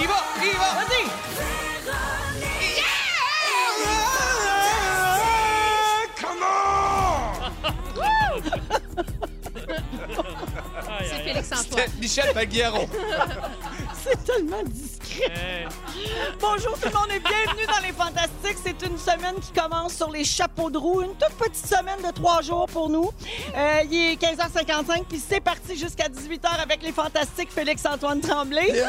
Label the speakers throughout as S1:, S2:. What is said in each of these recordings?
S1: Il va, il va. Vas-y.
S2: C'est Félix Antoine.
S1: C'était Michel Baguiaron.
S3: C'est tellement discret. Bonjour tout le monde et bienvenue dans les Fantastiques. C'est une semaine qui commence sur les chapeaux de roue. Une toute petite semaine de trois jours pour nous. Euh, il est 15h55 puis c'est parti jusqu'à 18h avec les Fantastiques Félix-Antoine Tremblay.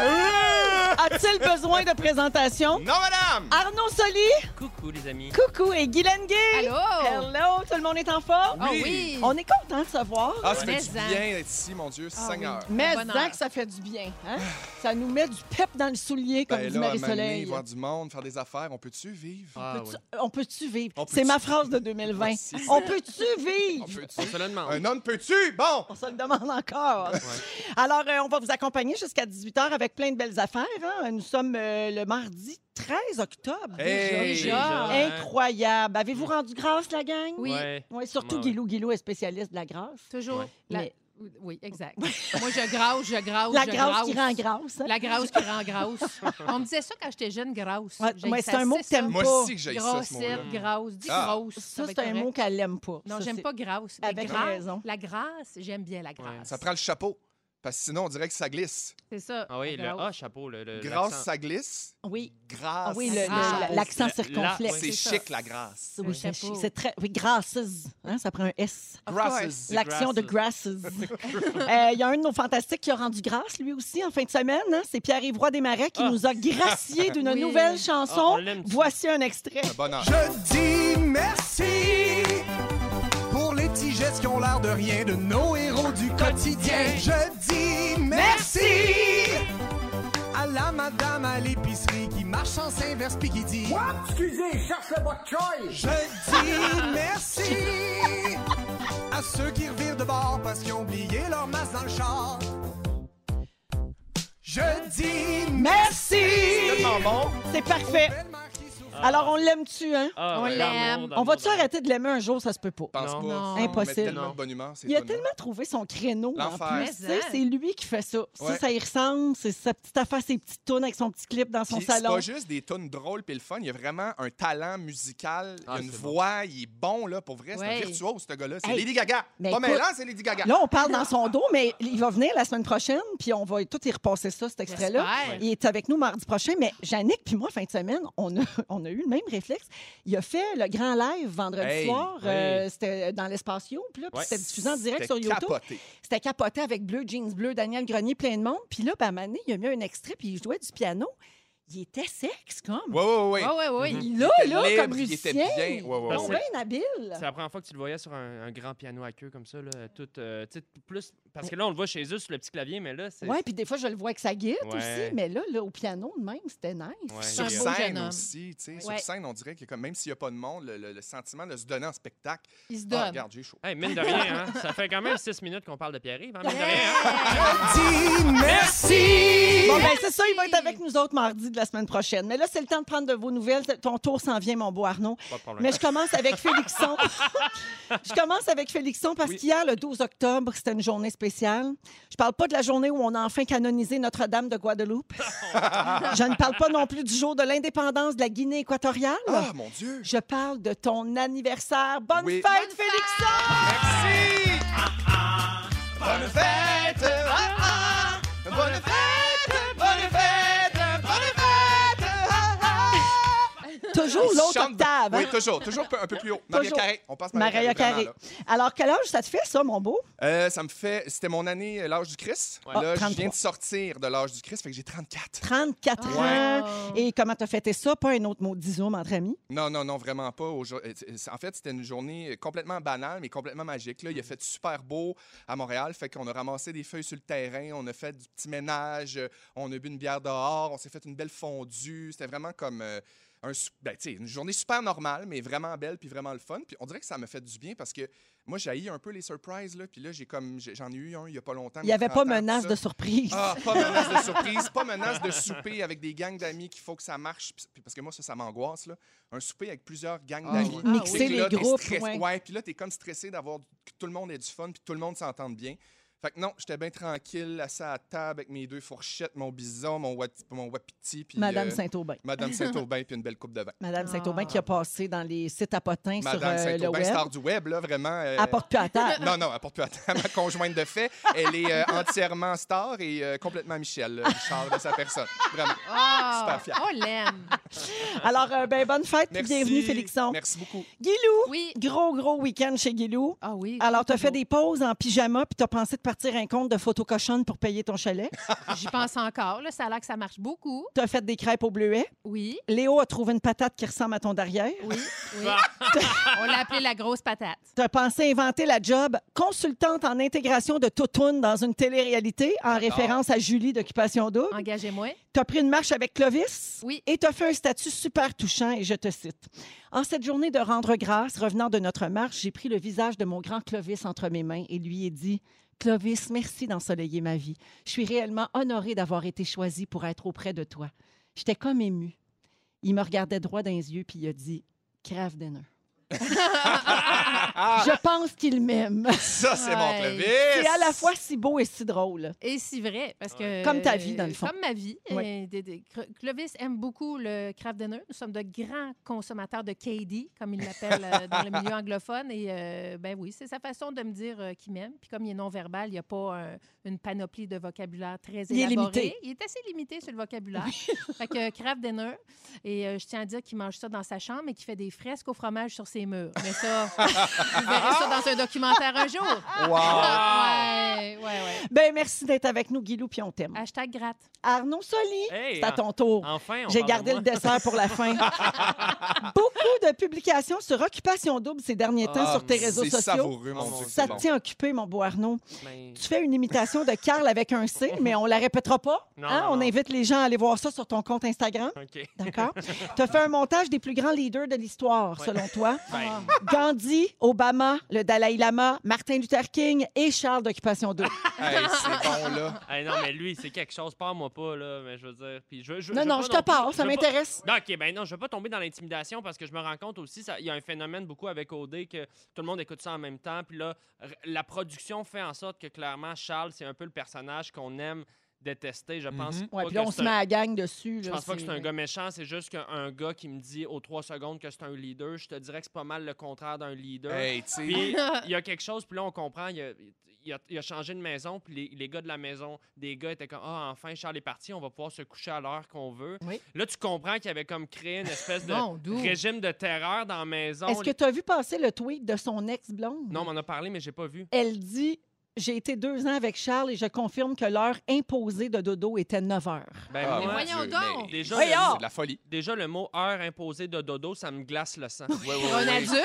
S3: A-t-il besoin de présentation?
S1: Non, madame.
S3: Arnaud Soli,
S4: Coucou les amis.
S3: coucou et Guylaine Gay.
S2: Allô?
S3: Hello, tout le monde est en forme?
S2: Ah oui.
S3: On est content de se voir.
S1: Ah, ça fait du
S2: Mais en-
S1: bien d'être ici, mon Dieu,
S2: Ah oui.
S1: Seigneur.
S3: Mais
S2: Bonheur.
S3: disant que ça fait du bien. Hein? Ça nous met du pep dans le soulier, comme
S1: Ben
S3: dit
S1: là, à m'amener,
S3: Marie-Soleil.
S1: voir du monde, faire des affaires, on peut-tu vivre?
S4: Ah,
S3: Peux-tu-
S4: ouais.
S3: On peut-tu vivre?
S1: On peut-tu-
S3: C'est ma phrase de 2020.
S1: Merci, c'est-
S3: On peut-tu vivre?
S1: On peut-tu?
S4: On se le demande.
S1: Un homme peut-tu? Bon!
S3: On se le demande encore. Alors, euh, on va vous accompagner jusqu'à 18h avec plein de belles affaires. hein. Nous sommes euh, le mardi 13 octobre.
S1: Hey! Mm.
S2: Déjà.
S4: Ouais.
S3: Incroyable. Avez-vous rendu grâce, la gang?
S2: Oui.
S4: Ouais.
S3: Oui, surtout
S4: Ouais, ouais.
S3: Guilou. Guilou est spécialiste de la grâce.
S2: Toujours.
S4: Ouais.
S2: la-
S3: Mais-
S2: Oui, exact. Moi, je grasse, je grasse,
S3: la
S2: oh, je
S3: grâce
S2: grasse.
S3: qui rend grâce. hein.
S2: La grâce qui rend grasse. On me disait ça quand j'étais jeune, grasse.
S3: Ouais,
S2: J'ai-
S3: ouais,
S2: ça,
S3: c'est un mot que
S2: ça.
S3: t'aimes
S1: Moi
S3: pas.
S1: aussi que j'ai ça, ce mot-là.
S2: Grossette, grasse. Dis
S1: Ah.
S2: grosse.
S3: Ça,
S2: va
S3: c'est
S2: être
S3: un
S2: correct.
S3: mot qu'elle n'aime pas. Ça,
S2: Non, j'aime
S3: c'est-
S2: pas grasse. mais
S3: Avec
S2: grâce-
S3: raison.
S2: La grâce, j'aime bien la grâce.
S1: Ça prend le chapeau. Parce que sinon, on dirait que ça glisse.
S2: C'est ça.
S4: Ah oui,
S2: la
S4: le
S2: grâce.
S4: A, chapeau. Le, le-
S1: Grâce,
S4: Euh, l'accent.
S1: ça glisse.
S3: Oui,
S1: Grâce.
S3: ah, oui le-
S1: ça
S3: le-
S1: glisse.
S2: grâce.
S3: la- l'accent
S4: La-
S3: circonflexe.
S4: la-
S1: C'est
S2: c'est ça.
S1: chic, la grâce.
S3: Oui,
S2: Un
S3: c'est
S2: chapeau.
S3: c'est très. Oui, grasses. Hein, ça prend un S.
S2: Of
S1: Grasses.
S4: C'est
S3: L'action de grasses. Euh, Il y a un de nos fantastiques qui a rendu grâce, lui aussi, en fin de semaine. hein. C'est Pierre-Yves Roy Desmarais qui
S4: Ah.
S3: nous a gracié d'une
S2: Oui.
S3: nouvelle
S4: Ah, on
S3: chanson.
S4: l'aime, ça.
S3: Voici un extrait.
S1: Un bonheur.
S5: Je dis merci pour les petits gestes qui ont l'air de rien de nos héros du quotidien. Je dis merci à la madame à l'épicerie qui marche en inverse puis qui dit
S6: Excusez, cherche le bot choy.
S5: Je dis merci à ceux qui revirent de bord parce qu'ils ont oublié leur masse dans le char. Je dis merci.
S1: Tellement bon.
S3: C'est parfait. Alors, on l'aime-tu, hein?
S4: Ah, ben
S2: On
S4: ouais,
S2: l'aime.
S4: d'amour,
S3: On va-tu
S4: d'amour.
S3: arrêter de l'aimer un jour? Ça se peut pas.
S1: Pense
S4: Non.
S1: pas.
S2: Non.
S1: Il met
S3: Impossible.
S1: tellement
S4: Non.
S1: de bon humeur, c'est
S3: Il a
S1: étonnant.
S3: tellement trouvé son créneau. en
S1: L'enfer.
S3: plus.
S2: Mais
S3: Tu sais,
S2: hein.
S3: C'est lui qui fait ça. Ça,
S1: Ouais.
S3: ça y ressemble. C'est sa petite affaire, ses petites tunes avec son petit clip dans son
S1: Puis C'est
S3: salon.
S1: pas juste des tunes drôles puis le fun. Il y a vraiment un talent musical, il y a
S4: Ah,
S1: une
S4: c'est bon.
S1: voix, il est bon là pour vrai. C'est
S2: Ouais.
S1: un virtuose ce gars-là. C'est
S3: Hey,
S1: Lady Gaga.
S3: mais
S1: pas
S3: écoute-
S1: mêlant, c'est Lady Gaga.
S3: Là, on parle dans son dos, mais il va venir la semaine prochaine, puis on va tout y repasser ça, cet extrait-là.
S2: J'espère.
S3: Il est avec nous mardi prochain, mais Yannick puis moi, fin de semaine, on a, on a eu le même réflexe. Il a fait le grand live vendredi
S1: Hey,
S3: soir.
S4: oui.
S3: euh, c'était dans l'espace Youp, là, puis
S4: Ouais.
S3: c'était diffusé en direct sur
S1: C'était
S3: YouTube.
S1: capoté.
S3: C'était capoté avec Bleu, Jeans Bleu, Daniel Grenier, plein de monde. Puis là, ben, à un moment donné, il a mis un extrait, puis il jouait du piano. Il était sexe, comme.
S1: Ouais, ouais, ouais.
S2: Ah, ouais, ouais.
S3: Il Là,
S1: était
S3: là,
S1: libre,
S3: comme
S1: il était
S3: musicien.
S1: bien. Ouais, ouais,
S3: donc
S4: ouais.
S3: bien habile.
S4: C'est la première fois que tu le voyais sur un, un grand piano à queue comme ça, là, tout, euh, tu sais, plus... Parce que là, on le voit chez eux sur le petit clavier, mais là, c'est...
S3: Oui, puis des fois, je le vois avec sa guide
S4: Ouais.
S3: aussi, mais là, là, au piano de même, c'était nice.
S4: Ouais,
S2: Sur
S1: Sur
S2: un beau jeune
S1: scène
S2: homme.
S1: aussi, tu sais,
S2: Ouais.
S1: sur scène, on dirait que comme, même s'il n'y a pas de monde, le, le- le sentiment de se donner en spectacle.
S2: Il se
S1: Ah,
S2: donne.
S1: regarde, j'ai chaud.
S4: Hey, mine de rien, hein, ça fait quand même six minutes qu'on parle de Pierre-Yves, hein, mine de rien. hein.
S5: Je dis merci.
S3: Bon, ben, c'est ça, il va être avec nous autres mardi de la semaine prochaine. Mais là, c'est le temps de prendre de vos nouvelles. Ton tour s'en vient, mon beau Arnaud.
S4: Pas de problème.
S3: Mais je commence avec Félixon. je commence avec Félixon parce
S4: Oui.
S3: qu'hier, le 12 octobre, c'était une journée spéciale. Je parle pas de la journée où on a enfin canonisé Notre-Dame de Guadeloupe. je ne parle pas non plus du jour de l'indépendance de la Guinée équatoriale.
S1: Ah, mon Dieu!
S3: Je parle de ton anniversaire. Bonne
S1: Oui.
S3: fête, Félixon!
S1: Merci! Ah, Bonne fête! Ah, ah! Bonne fête! Bonne fête! Bonne fête! Ah, ah!
S3: Toujours
S1: Il
S3: l'autre
S1: chante-
S3: octave. hein?
S1: Oui, toujours, toujours peu- un peu plus haut. Maria
S3: Toujours.
S1: Carré, on passe Maria,
S3: Mariah
S1: Carré.
S3: Carré.
S1: vraiment,
S3: Alors, quel âge ça te fait, ça, mon beau?
S1: là. Euh, ça me fait. C'était mon année, euh, l'âge du Christ.
S4: Ouais.
S1: là,
S3: Ah,
S1: je
S3: 33.
S1: viens de sortir de l'âge du Christ, fait que j'ai 34.
S3: 34 ans.
S2: Oh.
S3: Et comment t'as fêté ça? Pas un autre mot de zoom entre amis.
S1: Non, non, non, vraiment pas. Aujourd- euh, c'est- c'est- En fait, c'était une journée complètement banale, mais complètement magique. Là, il
S3: Mhm.
S1: a fait super beau à Montréal, fait qu'on a ramassé des feuilles sur le terrain, on a fait du petit ménage, euh, on a bu une bière dehors, on s'est fait une belle fondue. C'était vraiment comme euh, un sou- ben, tu sais, une journée super normale, mais vraiment belle, puis vraiment le fun. Puis on dirait que ça me fait du bien parce que moi, j'haïs un peu les surprises, là. Puis là, j'ai comme, j'ai- j'en ai eu un il y a pas longtemps.
S3: Il n'y avait pas
S1: 30 ans,
S3: menace
S1: tout Ah, ça.
S3: de surprise.
S1: Ah, pas menace de surprise, pas menace de souper avec des gangs d'amis qu'il faut que ça marche. Puis- puis Parce que moi, ça, ça m'angoisse. là. Un souper avec plusieurs gangs d'amis.
S3: oui.
S1: C'est
S3: Mixer
S1: que
S3: Ah, les
S1: ah, là, t'es
S3: groupes,
S1: stress-
S3: ouais.
S1: Ouais, puis là, t'es comme stressé d'avoir que tout le monde ait du fun, puis tout le monde s'entende bien. Fait que non, j'étais bien tranquille, assis à la table avec mes deux fourchettes, mon bison, mon, wati- mon wapiti. puis,
S3: Madame
S1: euh,
S3: Saint-Aubin.
S1: Madame Saint-Aubin, puis une belle coupe de vin.
S3: Madame Saint-Aubin
S2: Ah.
S3: qui a passé dans les sites à potins sur
S1: Madame
S3: euh, le
S1: Saint-Aubin,
S3: web.
S1: star du web, là, vraiment. euh,
S3: Elle porte plus à table.
S1: Non, non, elle porte plus à terre. Ma conjointe de fait, elle est euh, entièrement star et euh, complètement Michel, euh, Richard de sa personne. Vraiment.
S2: Ah,
S1: Super fier.
S2: on l'aime.
S3: Alors, euh, ben, bonne fête puis
S1: Merci.
S3: bienvenue, Félixon.
S1: Merci beaucoup.
S3: Guilou,
S2: Oui.
S3: gros, gros week-end chez Guilou.
S2: Ah oui.
S3: Alors, tu as fait
S2: toujours.
S3: des pauses en pyjama puis tu as pensé de partir un compte de photocochonne pour payer ton chalet.
S2: J'y pense encore. Là, ça a l'air que ça marche beaucoup.
S3: Tu as fait des crêpes au bleuet.
S2: Oui,
S3: Léo a trouvé une patate qui ressemble à ton derrière.
S2: oui, oui. on l'a appelée la grosse patate.
S3: Tu as pensé inventer la job consultante en intégration de Toutoune dans une télé-réalité en référence à Julie d'Occupation Double.
S2: Engagez-moi.
S3: Tu as pris une marche avec Clovis.
S2: Oui.
S3: Et tu as fait un statut super touchant, et je te cite. En cette journée de rendre grâce, revenant de notre marche, j'ai pris le visage de mon grand Clovis entre mes mains et lui ai dit Clovis, merci d'ensoleiller ma vie. Je suis réellement honorée d'avoir été choisie pour être auprès de toi. J'étais comme émue. Il me regardait droit dans les yeux, puis il a dit Crave dinner. je pense qu'il m'aime.
S1: Ça, c'est mon
S2: Ouais.
S1: Clovis.
S3: C'est à la fois si beau et si drôle.
S2: Et c'est vrai, parce que...
S3: Comme ta vie, dans le fond.
S2: Comme ma vie.
S3: Ouais.
S2: Euh, des- des- Cl- Clovis aime beaucoup le craft dinner. Nous sommes de grands consommateurs de KD, comme il l'appelle euh, dans le milieu anglophone. Et euh, ben oui, c'est sa façon de me dire euh, qu'il m'aime. Puis comme il est non-verbal, il n'y a pas un- une panoplie de vocabulaire très
S3: Il est
S2: élaboré.
S3: limité.
S2: Il est assez limité sur le vocabulaire. fait que euh, craft dinner. Et euh, je tiens à dire qu'il mange ça dans sa chambre et qu'il fait des fresques au fromage sur ses murs. Mais ça, vous verrez ça dans un documentaire un jour.
S1: Wow.
S2: Ah! Ouais, ouais, ouais.
S3: Ben merci d'être avec nous, Guilou, puis on t'aime.
S2: Hashtag gratte.
S3: Arnaud Soli,
S4: Hey, hein.
S3: c'est à
S4: en-
S3: ton tour.
S4: Enfin, on
S3: J'ai
S4: parle de
S3: gardé
S4: moi.
S3: le dessert pour la fin. Beaucoup de publications sur Occupation Double ces derniers temps
S4: Ah,
S3: sur tes réseaux
S1: C'est
S3: sociaux.
S1: savoureux, mon Dieu.
S3: Ça
S1: c'est
S3: te
S1: bon.
S3: tient occupé, mon beau Arnaud.
S4: Mais-
S3: Tu fais une imitation de Carl avec un C, mais on la répétera pas.
S4: Non,
S3: hein?
S4: non,
S3: on
S4: non.
S3: invite les gens à aller voir ça sur ton compte Instagram.
S4: OK.
S3: D'accord? tu as fait un montage des plus grands leaders de l'histoire,
S4: Ouais.
S3: selon toi.
S4: Ben,
S3: Gandhi, Obama, le Dalai Lama, Martin Luther King et Charles d'Occupation Double.
S1: Hey, c'est bon, là.
S3: Ah.
S4: hey, non, mais lui, c'est quelque chose. Parle-moi pas, là. Mais je veux dire. Puis je, je,
S3: Non,
S4: veux
S3: non,
S4: pas
S3: je te
S4: plus-
S3: parle, ça
S4: je veux pas-
S3: m'intéresse.
S4: Non, OK, ben non, je veux pas tomber dans l'intimidation parce que je me rends compte aussi, ça- il y a un phénomène beaucoup avec OD que tout le monde écoute ça en même temps. Puis là, r- la production fait en sorte que clairement, Charles, c'est un peu le personnage qu'on aime détester. Je pense pas
S3: Ouais, puis
S4: que
S3: là, on
S4: c'est
S3: se
S4: un-
S3: met à la gang dessus.
S4: Je
S3: là,
S4: pense pas que c'est un
S3: c'est-
S4: gars méchant, c'est juste qu'un gars qui me dit aux trois secondes que c'est un leader, je te dirais que c'est pas mal le contraire d'un leader.
S1: Hey, tu sais.
S4: Puis
S3: Ah.
S4: il y a quelque chose, puis là on comprend, il a, il a- il a changé de maison, puis les, les gars de la maison, des gars étaient comme Ah, enfin, Charles est parti, on va pouvoir se coucher à l'heure qu'on veut.
S3: Oui.
S4: Là, tu comprends qu'il avait comme créé une espèce de
S2: Non, d'où?
S4: régime de terreur dans la maison.
S3: Est-ce que
S4: Les-
S3: tu as vu passer le tweet de son ex-blonde?
S4: Non, on m'en a parlé, mais j'ai pas vu.
S3: Elle dit J'ai été deux ans avec Charles et je confirme que l'heure imposée de dodo était 9 heures.
S4: Ben,
S1: Ah,
S4: moi,
S1: mon
S2: voyons
S1: Dieu,
S2: donc.
S1: mais
S4: Déjà,
S1: c'est
S3: Voyons.
S1: de la folie.
S4: déjà, le mot heure imposée de dodo, ça me glace le sang.
S2: Pour un adulte, là?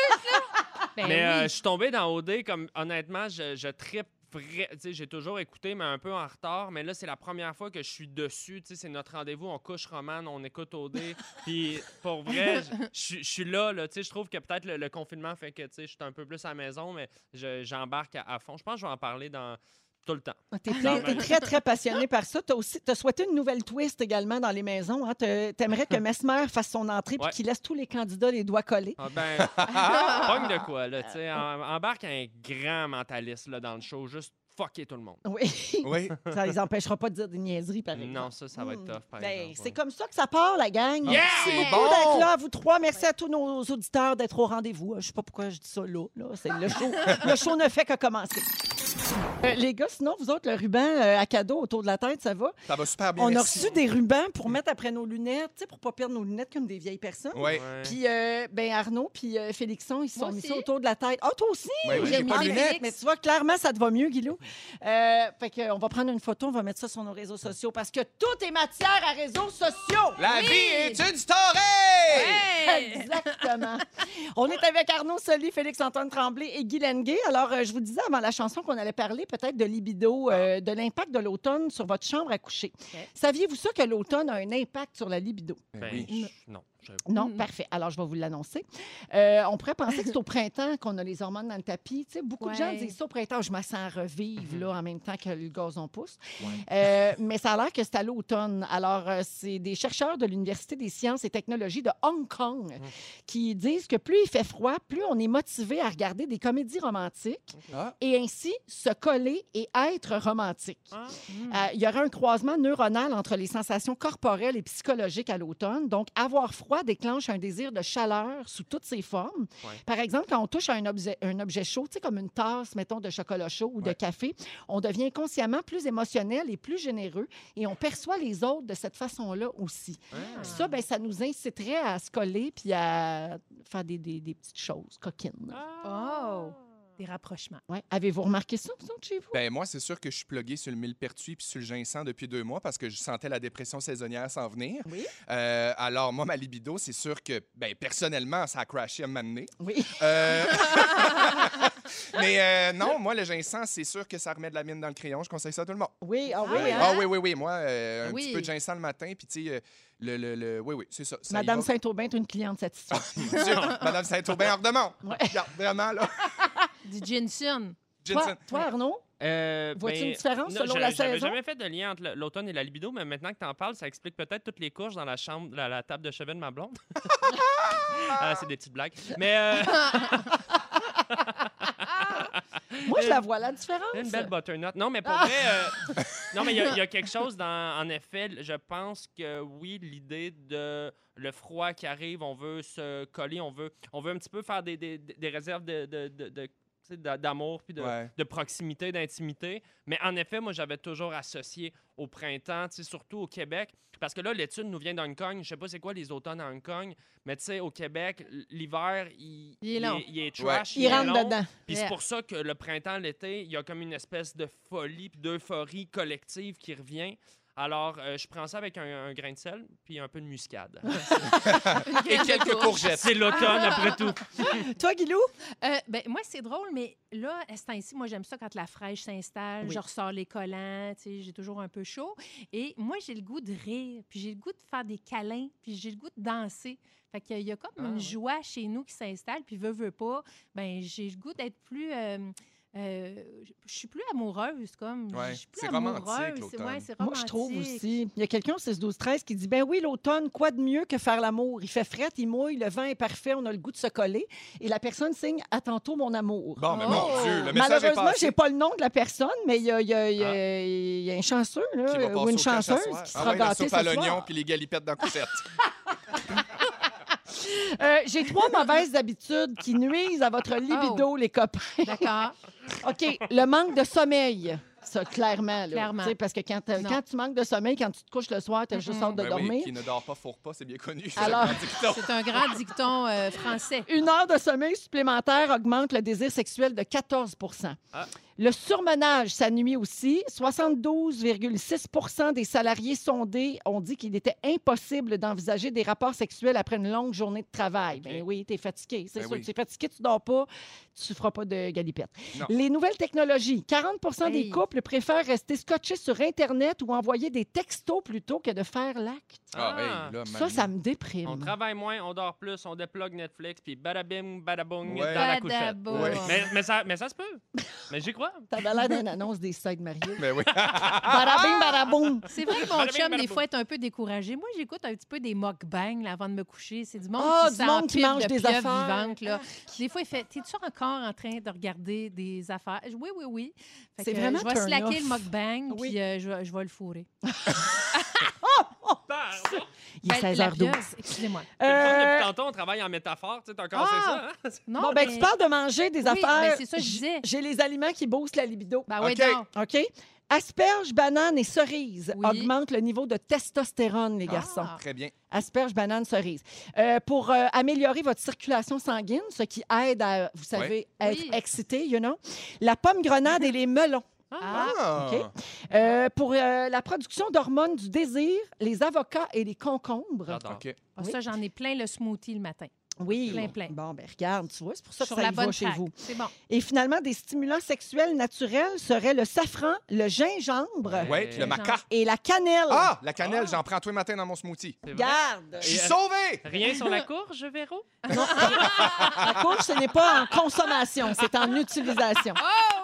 S2: Ben
S4: mais euh,
S2: oui.
S4: je suis tombé dans OD, comme honnêtement, je, je trippe. vrai- tu sais, J'ai toujours écouté, mais un peu en retard. Mais là, c'est la première fois que je suis dessus. Tu sais, C'est notre rendez-vous. On couche Romane, on écoute OD. Puis pour vrai, je- je suis- je suis là. là Tu sais, je trouve que peut-être le, le confinement fait que tu sais, je suis un peu plus à la maison, mais je- j'embarque à, à fond. Je pense que je vais en parler dans tout le temps.
S3: Ah, T'es plein-
S4: Ah, Non, mais-
S3: t'es très, très passionné par ça. T'as aussi as souhaité une nouvelle twist également dans les maisons. hein. Te- T'aimerais que Mesmer fasse son entrée puis
S4: Ouais.
S3: qu'il laisse tous les candidats les doigts collés.
S4: Ah ben, pogne de quoi, là, tu sais. en- Embarque un grand mentaliste, là, dans le show. Juste fucker tout le monde.
S3: Oui.
S1: Oui.
S3: ça les empêchera pas de dire des niaiseries, par exemple.
S4: Non, ça, ça va être
S3: Hmm.
S4: tough, par
S3: Ben,
S4: exemple,
S3: C'est
S4: ouais.
S3: comme ça que ça part, la gang.
S4: Yeah!
S1: C'est
S3: Merci d'être
S1: bon.
S3: là, à vous trois. Merci à tous nos auditeurs d'être au rendez-vous. hein. Je sais pas pourquoi je dis ça là. là. C'est le, show. le show ne fait que commencer. Euh, les gars, sinon, vous autres, le ruban euh, à cadeau autour de la tête, ça va?
S1: Ça va super bien.
S3: On a
S1: merci.
S3: reçu des rubans pour mettre après nos lunettes, tu sais, pour pas perdre nos lunettes comme des vieilles personnes.
S1: Ouais.
S4: Ouais.
S3: Puis, euh, ben Arnaud puis euh, Félixon, ils se
S2: Moi
S3: sont mis ça
S2: aussi.
S3: autour de la tête. Ah, toi aussi!
S1: Ouais, ouais,
S2: j'ai
S1: Ben j'ai
S2: mis
S1: pas de
S2: des
S1: lunettes.
S2: lunettes.
S3: Mais tu vois, clairement, ça te va mieux, Guilou. Euh, fait que, euh, on va prendre une photo, on va mettre ça sur nos réseaux sociaux parce que tout est matière à réseaux sociaux.
S1: La
S2: Oui.
S1: vie est une story!
S2: Hey!
S3: Exactement. On est avec Arnaud Soli, Félix-Antoine Tremblay et Guy Lenguet. Alors, euh, je vous disais avant la chanson qu'on allait parler peut-être de libido, euh, de l'impact de l'automne sur votre chambre à coucher. Saviez-vous ça que l'automne a un impact sur la libido?
S4: Ben,
S1: Oui.
S4: je- non. Je-
S3: Non,
S2: Mm.
S3: parfait. Alors, je vais vous l'annoncer. Euh, on pourrait penser que c'est au printemps qu'on a les hormones dans le tapis. Tu sais, beaucoup de gens
S2: Ouais.
S3: disent ça au printemps, je me sens revivre là, en même temps que le gazon pousse.
S1: Ouais.
S3: Euh, mais ça a l'air que c'est à l'automne. Alors, euh, c'est des chercheurs de l'Université des sciences et technologies de Hong Kong qui disent que plus il fait froid, plus on est motivé à regarder des comédies romantiques
S1: Ah.
S3: et ainsi se coller et être romantique.
S4: Ah.
S3: Euh, il y aurait un croisement neuronal entre les sensations corporelles et psychologiques à l'automne. Donc, avoir froid déclenche un désir de chaleur sous toutes ses formes.
S4: Ouais.
S3: Par exemple, quand on touche à un objet, un objet chaud, tu sais, comme une tasse, mettons, de chocolat chaud ou de
S1: Ouais.
S3: café, on devient consciemment plus émotionnel et plus généreux et on perçoit les autres de cette façon-là aussi.
S4: Ah.
S3: Ça, ben, ça nous inciterait à se coller puis à faire des, des- des petites choses coquines.
S2: Oh! Des rapprochements.
S3: Ouais. Avez-vous remarqué ça, vous autres, chez vous?
S1: Ben moi, c'est sûr que je suis plugué sur le millepertuis puis sur le ginseng depuis deux mois parce que je sentais la dépression saisonnière s'en venir.
S3: Oui.
S1: Euh, alors, moi, ma libido, c'est sûr que, ben personnellement, ça a crashé à m'amener.
S3: Oui.
S1: Euh, Mais euh, non, moi, le ginseng, c'est sûr que ça remet de la mine dans le crayon. Je conseille ça à tout le monde.
S3: Oui, ah
S2: Ah
S3: oui,
S2: oui,
S3: hein?
S1: Ah oui, oui, oui. Moi, euh, un
S2: Oui.
S1: petit peu de ginseng le matin, puis tu sais, euh, le, le, le- Oui, oui, c'est ça. ça y
S3: Madame
S1: va.
S3: Saint-Aubin est une cliente satisfaite.
S1: Mon Dieu, Madame Saint-Aubin, hors de monde. Regarde, vraiment, là.
S2: Du ginseng.
S1: Jensen.
S3: Toi, toi, Arnaud?
S4: Euh,
S3: Vois-tu
S4: ben,
S3: une différence selon
S4: je-
S3: la
S4: J'avais
S3: saison?
S4: jamais fait de lien entre le- l'automne et la libido, mais maintenant que tu en parles, ça explique peut-être toutes les couches dans la chambre, la, la table de chevet de ma blonde. Ah, c'est des petites blagues. Mais euh,
S3: Moi, je la vois la différence.
S4: une belle butternut. Non, mais pour vrai, euh, non, mais il y, a- il y a quelque chose dans, en effet, je pense que oui, l'idée de le froid qui arrive, on veut se coller, on veut, on veut un petit peu faire des, des- des réserves de, de- de- de- tu sais, d'a- d'amour puis de,
S1: Ouais.
S4: de proximité, d'intimité. Mais en effet, moi, j'avais toujours associé au printemps, tu sais, surtout au Québec. Parce que là, l'étude nous vient d'Hong Kong. Je sais pas c'est quoi les automnes à Hong Kong, mais tu sais, au Québec, l- l'hiver, il,
S2: Il est long.
S4: il est trash.
S3: Il
S4: est
S3: rentre
S4: long.
S3: dedans.
S4: Puis
S2: Yeah.
S4: c'est pour ça que le printemps, l'été, il y a comme une espèce de folie, puis d'euphorie collective qui revient. Alors, euh, je prends ça avec un, un grain de sel, puis un peu de muscade.
S1: Et quelques courgettes.
S4: c'est l'automne, après tout.
S3: Toi, Guilou?
S2: Euh, ben, moi, c'est drôle, mais là, à ce temps-ci, moi, j'aime ça quand la fraîche s'installe,
S3: Oui.
S2: je ressors les collants, tu sais, j'ai toujours un peu chaud. Et moi, j'ai le goût de rire, puis j'ai le goût de faire des câlins, puis j'ai le goût de danser. Fait qu'il y a comme
S4: Ah,
S2: une
S4: ouais.
S2: joie chez nous qui s'installe, puis veut, veut pas, ben j'ai le goût d'être plus... euh, euh, je- je suis plus amoureuse, comme.
S1: Ouais,
S2: Je suis plus
S1: c'est romantique,
S2: amoureuse. c'est-
S1: l'automne.
S2: ouais, c'est
S3: Moi, je trouve
S2: romantique.
S3: aussi. Il y a quelqu'un au 6-12-13 qui dit Ben oui, l'automne, quoi de mieux que faire l'amour Il fait fret, il mouille, le vent est parfait, on a le goût de se coller. Et la personne signe À tantôt, mon amour.
S1: Bon, mais
S2: Oh.
S1: mon Dieu, le message est
S3: Malheureusement,
S1: passé. Ah.
S3: j'ai pas le nom de la personne, mais il y a, il y a- il y a- il y a un chanceux là,
S1: Qui va passer
S3: ou
S1: au
S3: euh, une
S1: cache à
S3: chanceuse
S1: soir.
S3: qui
S1: Ah
S3: sera
S1: ouais, la
S3: gâtée
S1: soupe
S3: ce
S1: à l'oignon
S3: soir.
S1: puis les galipettes dans la couchette.
S3: Euh, J'ai trois mauvaises habitudes qui nuisent à votre libido, les copains.
S2: D'accord.
S3: OK, le manque de sommeil. Ça, clairement. Là,
S2: Clairement.
S3: Tu sais, Parce que quand, t'as-
S2: Non.
S3: quand tu manques de sommeil, quand tu te couches le soir, tu as juste hâte de
S1: Ben oui,
S3: dormir.
S1: qui ne dort pas, fourre pas, c'est bien connu.
S3: Alors-
S1: C'est un dicton.
S2: C'est un grand dicton euh, français.
S3: Une heure de sommeil supplémentaire augmente le désir sexuel de 14
S4: Ah.
S3: Le surmenage, ça nuit aussi. 72,6 des salariés sondés ont dit qu'il était impossible d'envisager des rapports sexuels après une longue journée de travail.
S4: OK.
S3: Ben oui, t'es fatigué. C'est
S1: Ben
S3: sûr,
S1: oui.
S3: t'es fatigué, tu dors pas, tu feras pas de galipette.
S1: Non.
S3: Les nouvelles technologies. 40 des
S2: Hey.
S3: couples préfèrent rester scotchés sur Internet ou envoyer des textos plutôt que de faire l'acte.
S1: Ah,
S4: Ah.
S1: hey, là,
S3: Ça,
S1: Manu.
S3: ça me déprime.
S4: On travaille moins, on dort plus, on déplogue Netflix, puis badabim, badabong,
S1: Ouais.
S4: dans la couchette.
S2: Badaboum.
S1: Ouais.
S4: Mais, mais ça, mais ça se peut. Mais j'y crois.
S3: T'avais l'air d'une annonce des sites mariés.
S1: Ben oui.
S3: Barabim, baraboum.
S2: C'est vrai que mon
S4: Madame
S2: chum, des
S4: Barbeau.
S2: fois, est un peu découragé. Moi, j'écoute un petit peu des mukbangs là, avant de me coucher. C'est du monde
S3: Ah,
S2: qui
S3: du monde qui
S2: s'empile
S3: mange
S2: de
S3: des
S2: pieuvres
S3: affaires.
S2: vivantes, là. Des fois, il fait T'es-tu encore en train de regarder des affaires Oui, oui, oui. Fait
S3: C'est
S2: que, euh,
S3: vraiment
S2: Je vais
S3: turn
S2: slacker
S3: off.
S2: le mukbang,
S3: Oui.
S2: puis euh, je, vais- je vais le fourrer.
S3: Il est
S2: Ben, la
S3: 16h12.
S2: pieuvre, Excusez-moi.
S3: Euh,
S4: Depuis tantôt, on travaille en métaphore. Tu sais, t'as encore c'est ça.
S2: Ah!
S4: hein?
S2: Non,
S3: Bon, ben,
S2: mais-
S3: tu parles de manger des
S2: Oui,
S3: affaires.
S2: ben, c'est ça que je disais.
S3: J'ai les aliments qui boostent la libido.
S2: Ben, ouais,
S1: OK.
S2: donc.
S3: OK? Asperges, bananes et cerises
S2: Oui.
S3: augmentent le niveau de testostérone, les
S2: Ah.
S3: garçons.
S1: Très bien.
S3: Asperges, bananes, cerises. Euh, pour euh, améliorer votre circulation sanguine, ce qui aide à, vous savez, être
S2: Oui.
S3: excité, you know, la pomme grenade et les melons.
S2: Ah,
S1: Ah.
S3: OK. Euh, pour euh, la production d'hormones du désir, les avocats et les concombres.
S4: J'adore.
S1: OK.
S2: Ah, Ça, j'en ai plein le smoothie le matin.
S3: Oui.
S2: Plein, plein.
S3: Bon, ben regarde, tu vois, c'est pour ça que
S2: Sur
S3: ça
S2: la
S3: y va
S2: bonne
S3: chez
S2: track.
S3: vous.
S2: C'est bon.
S3: Et finalement, des stimulants sexuels naturels seraient le safran, le gingembre
S1: Oui, puis le maca.
S3: et la cannelle.
S1: Ah, la cannelle, j'en prends tous les matins dans mon smoothie.
S4: C'est vrai.
S3: Garde!
S1: Je suis
S4: Et-
S1: sauvé!
S4: Rien sur la courge, Véro?
S3: La couche, ce n'est pas en consommation, c'est en utilisation.
S2: Oh!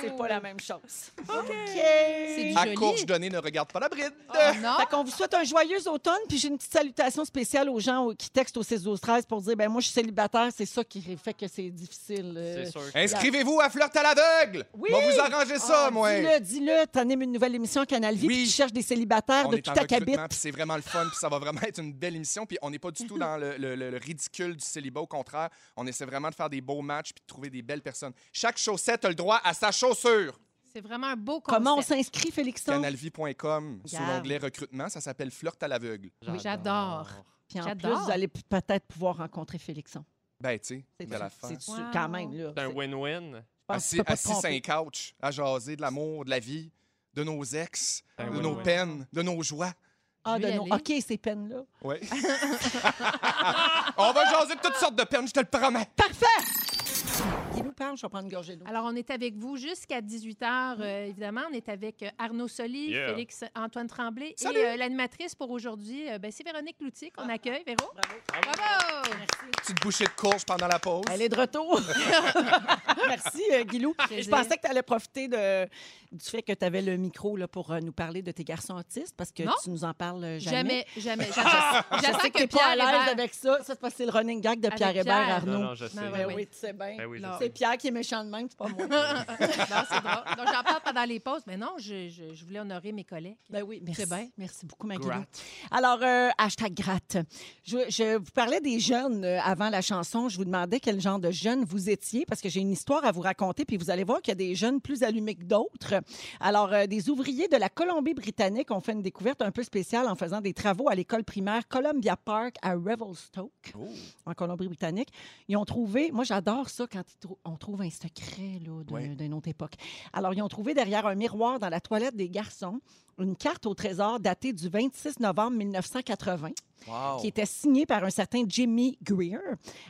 S3: C'est pas la même chose. OK.
S2: C'est du
S1: À
S2: joli.
S1: course donnée, ne regarde pas la bride.
S2: Ah, non.
S3: Fait qu'on vous souhaite un joyeux automne, puis j'ai une petite salutation spéciale aux gens au- qui textent au 6 12 13 pour dire ben moi je suis célibataire, c'est ça qui fait que c'est difficile. euh.
S4: C'est sûr. que-
S1: Inscrivez-vous à Flirt à l'aveugle!
S3: Oui!
S1: On va vous arranger ça,
S3: Ah,
S1: moi!
S3: Dis-le, dis-le, t'animes une nouvelle émission à Canal Vie,
S1: Oui.
S3: puis tu cherches des célibataires
S1: On
S3: de
S1: est
S3: tout
S1: en
S3: acabit.
S1: recrutement, puis c'est vraiment le fun, puis ça va vraiment être une belle émission. Puis on n'est pas du tout dans le, le- le- le ridicule du célibat, au contraire. On essaie vraiment de faire des beaux matchs, puis de trouver des belles personnes. Chaque chaussette a le droit à sa chaussure.
S2: C'est vraiment un beau concept.
S3: Comment on s'inscrit, Félixon?
S1: Canalvie.com, sous
S3: Regarde.
S1: l'onglet recrutement, ça s'appelle Flirt à l'aveugle.
S2: Oui, j'adore.
S3: Puis en plus,
S2: J'adore.
S3: vous allez p- peut-être pouvoir rencontrer Félixon.
S1: Ben, tu sais,
S3: C'est
S1: de la fin.
S3: c'est sûr,
S2: Wow.
S3: quand même. Là.
S4: C'est un win-win.
S3: Je pense que tu
S1: Ben Assis,
S3: peux pas te
S1: assis sur un
S3: tromper.
S1: couch, à jaser de l'amour, de la vie, de nos ex,
S4: Ben
S1: de
S4: oui,
S1: nos
S4: oui.
S1: peines, de nos joies.
S3: Ah,
S2: Je
S3: de
S2: vais y
S3: non.
S2: aller.
S3: OK, ces peines-là.
S1: Oui. on va jaser de toutes sortes de peines, je te le promets.
S3: Il nous parle, je vais prendre une gorgée d'eau.
S2: Alors, on est avec vous jusqu'à 18 h, évidemment. On est avec euh, Arnaud Soli,
S4: Yeah.
S2: Félix euh, Antoine Tremblay
S1: Salut!
S2: et euh, l'animatrice pour aujourd'hui, euh, ben, c'est Véronique Loutier qu'on accueille. Véro? Bravo!
S1: Petite bouchée de courge pendant la pause.
S3: Elle est de retour. Merci, euh, Guilou. Je
S2: Plaisir.
S3: pensais que tu allais profiter de, du fait que tu avais le micro là, pour euh, nous parler de tes garçons autistes parce que
S2: Non.
S3: tu nous en parles euh, jamais. Ah!
S2: Jamais, jamais. J'attends
S3: Je
S2: j'attends
S3: sais que
S2: que
S3: t'es pas à
S2: Pierre
S3: l'aise
S2: Hébert...
S3: avec ça. Ça, c'est parce que c'est le running gag de
S2: Avec
S3: Pierre Hébert,
S2: Pierre.
S3: Arnaud.
S4: Non, non, je sais.
S2: Non,
S3: Ben
S2: oui.
S3: oui, tu sais bien.
S4: Ben oui, je
S2: Non.
S4: sais.
S3: C'est Pierre qui est méchant de même, c'est pas moi.
S2: Non, c'est drôle. Donc, j'en parle pendant les pauses. Mais non, je, je- je voulais honorer mes collègues.
S3: Ben oui, merci.
S2: C'est bien.
S3: Merci beaucoup, ma Guilou.
S1: Gratte.
S3: Alors, euh, hashtag gratte. Je, je vous parlais des jeunes euh, avant la chanson. Je vous demandais quel genre de jeunes vous étiez parce que j'ai une histoire à vous raconter. Puis vous allez voir qu'il y a des jeunes plus allumés que d'autres. Alors, euh, des ouvriers de la Colombie-Britannique ont fait une découverte un peu spéciale en faisant des travaux à l'école primaire Columbia Park à Revelstoke, en Colombie-Britannique. Ils ont trouvé, moi j'adore ça quand ils trou- on trouve un secret là, d'un-
S1: Ouais.
S3: d'une autre époque. Alors, ils ont trouvé derrière un miroir dans la toilette des garçons une carte au trésor datée du 26 novembre 1980
S1: Wow.
S3: qui était signée par un certain Jimmy Greer.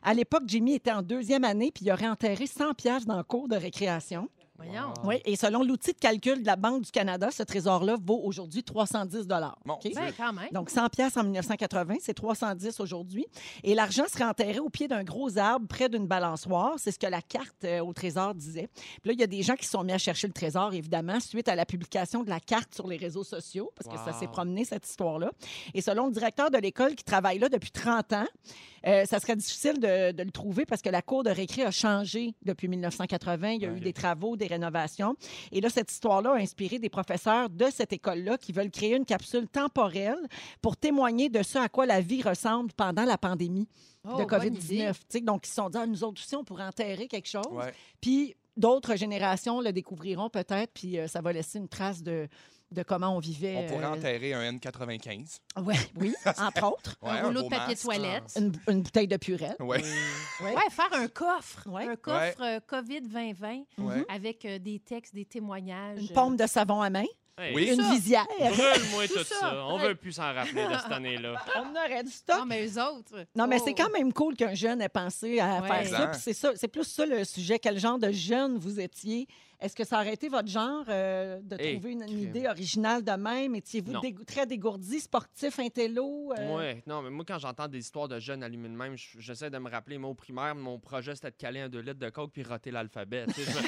S3: À l'époque, Jimmy était en deuxième année puis il aurait enterré 100 pièces dans le cours de récréation.
S2: Voyons.
S3: Oui, et selon l'outil de calcul de la Banque du Canada, ce trésor-là vaut aujourd'hui 310 dollars.
S1: Mon Dieu.
S2: Ben, quand même.
S3: Donc 100 pièces en 1980, c'est 310 aujourd'hui. Et l'argent serait enterré au pied d'un gros arbre près d'une balançoire. C'est ce que la carte euh, au trésor disait. Puis là, il y a des gens qui se sont mis à chercher le trésor, évidemment, suite à la publication de la carte sur les réseaux sociaux, parce que ça
S4: Wow.
S3: s'est promené, cette histoire-là. Et selon le directeur de l'école qui travaille là depuis 30 ans, euh, ça serait difficile de, de le trouver parce que la cour de récré a changé depuis 1980. Il y a eu
S4: Ok.
S3: des travaux, des rénovations. Et là, cette histoire-là a inspiré des professeurs de cette école-là qui veulent créer une capsule temporelle pour témoigner de ce à quoi la vie ressemble pendant la pandémie
S2: Oh,
S3: de
S2: bonne
S3: COVID-19.
S2: idée.
S3: Tu sais, Donc, ils se sont dit, Ah, nous autres aussi, on pourrait enterrer quelque chose.
S1: Ouais.
S3: Puis d'autres générations le découvriront peut-être, puis euh, ça va laisser une trace de, de comment on vivait.
S1: On pourrait
S3: euh,
S1: enterrer un N95.
S3: Ouais, oui, entre autres.
S1: Ouais,
S2: un rouleau
S1: beau
S2: de papier
S1: masque.
S2: toilette.
S3: Une, une bouteille de purée.
S1: Ouais.
S2: Ouais, faire un coffre.
S3: Ouais.
S2: Un coffre euh, COVID-2020
S4: Mm-hmm.
S1: Ouais.
S2: avec euh, des textes, des témoignages.
S3: Une
S2: euh,
S3: pompe de savon à main.
S4: Hey,
S1: Oui.
S3: Une
S2: ça.
S3: visière.
S4: Brûle-moi
S2: Tout
S4: tout
S2: ça.
S4: ça. On
S2: Ouais.
S4: veut plus s'en rappeler de cette année-là.
S3: On aurait du stock.
S2: Non, mais eux autres.
S3: Non, mais
S2: Oh.
S3: c'est quand même cool qu'un jeune ait pensé à
S2: Ouais.
S3: faire ça.
S1: Exact.
S3: Puis c'est ça, c'est plus ça le sujet. Quel genre de jeune vous étiez? Est-ce que ça aurait été votre genre euh, de
S4: Eh,
S3: trouver une, une
S4: crime.
S3: idée originale de même? Étiez-vous
S4: Non.
S3: dégou- très dégourdi, sportif, intello? euh?
S4: Ouais, non, mais moi, quand j'entends des histoires de jeunes allumés de même, je- j'essaie de me rappeler, moi, au primaire, mon projet, c'était de caler un 2 litres de coke puis roter l'alphabet. tu sais, je me-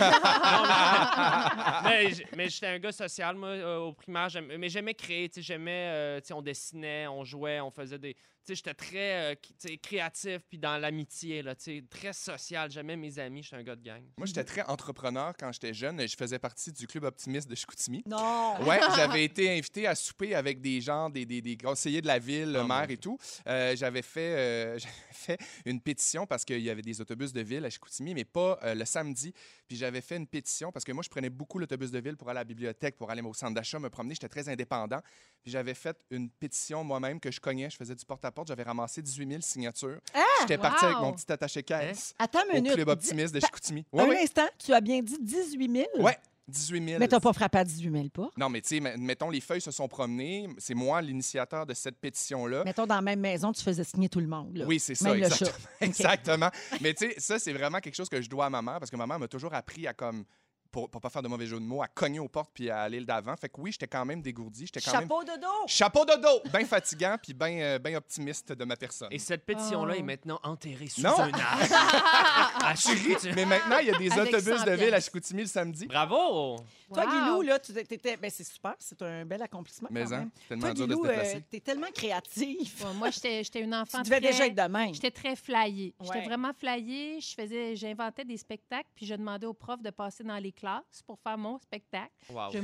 S4: Non, mais- mais j- mais j'étais un gars social, moi, euh, au primaire. j'aime- Mais j'aimais créer, tu sais, j'aimais, euh, tu sais, on dessinait, on jouait, on faisait des... Tu sais, j'étais très euh, qui- tu sais, créatif, puis dans l'amitié, là, tu sais, très social. J'aimais mes amis, j'étais un gars de gang.
S1: Moi, j'étais très entrepreneur quand j'étais jeune. et Je faisais partie du club optimiste de Chicoutimi.
S3: Non!
S1: Ouais, j'avais été invité à souper avec des gens, des, des, des conseillers de la ville, le
S4: Ah, mon
S1: maire
S4: Dieu.
S1: et tout. Euh, j'avais fait, euh, j'avais fait une pétition parce qu'il y avait des autobus de ville à Chicoutimi, mais pas euh, le samedi. Puis j'avais fait une pétition parce que moi, je prenais beaucoup l'autobus de ville pour aller à la bibliothèque, pour aller au centre d'achat, me promener. J'étais très indépendant. Puis j'avais fait une pétition moi-même que je cognais. Je faisais du porte-à-porte. J'avais ramassé 18 000 signatures. J'étais parti avec
S2: Wow!
S1: mon petit attaché caisse
S3: Attends une
S1: au
S3: Ah, Hein? minute.
S1: club optimiste de
S3: Dis-
S1: Chicoutimi.
S3: Un
S1: Ouais, ouais.
S3: instant, tu as bien dit 18 000?
S1: Ouais. 18 000.
S3: Mais t'as pas frappé à 18 000 pas.
S1: Non, mais tu sais, mais- mettons, les feuilles se sont promenées. C'est moi l'initiateur de cette pétition-là.
S3: Mettons, dans la même maison, tu faisais signer tout le monde. là.
S1: Oui, c'est ça,
S3: Même le chat.
S1: exactement. Exactement. Mais tu sais, ça, c'est vraiment quelque chose que je dois à maman parce que maman m'a toujours appris à comme. Pour, pour pas faire de mauvais jeu de mots, à cogner aux portes puis à aller le d'avant. Fait que oui, j'étais quand même dégourdi. J'étais quand même.
S3: Chapeau de dos!
S1: Chapeau dodo! Bien fatigant puis bien optimiste de ma personne.
S4: Et cette pétition-là
S2: Oh.
S4: est maintenant enterrée sous
S1: Non.
S4: un arbre. À Chicoutimi.
S1: Mais maintenant, il y a des
S2: Avec
S1: autobus
S2: 100
S1: de ville à
S2: piastres.
S1: Chicoutimi le samedi.
S4: Bravo!
S3: Toi,
S2: Wow.
S3: Guilou, là, tu étais. Ben, c'est super, c'est un bel accomplissement.
S1: Mais
S3: quand
S1: hein,
S3: même.
S1: c'est tellement dur
S3: Toi,
S1: de se
S3: Guilou,
S1: déplacer.
S3: euh, t'es tellement créatif.
S2: Bon, moi, j'étais j'étais une enfant
S3: Tu devais
S2: très-
S3: déjà être de même.
S2: J'étais très flyée. J'étais
S3: Ouais.
S2: vraiment flyée. Je faisais, j'inventais des spectacles, puis je demandais aux profs de passer dans les classes pour faire mon spectacle.
S4: Wow.
S2: Je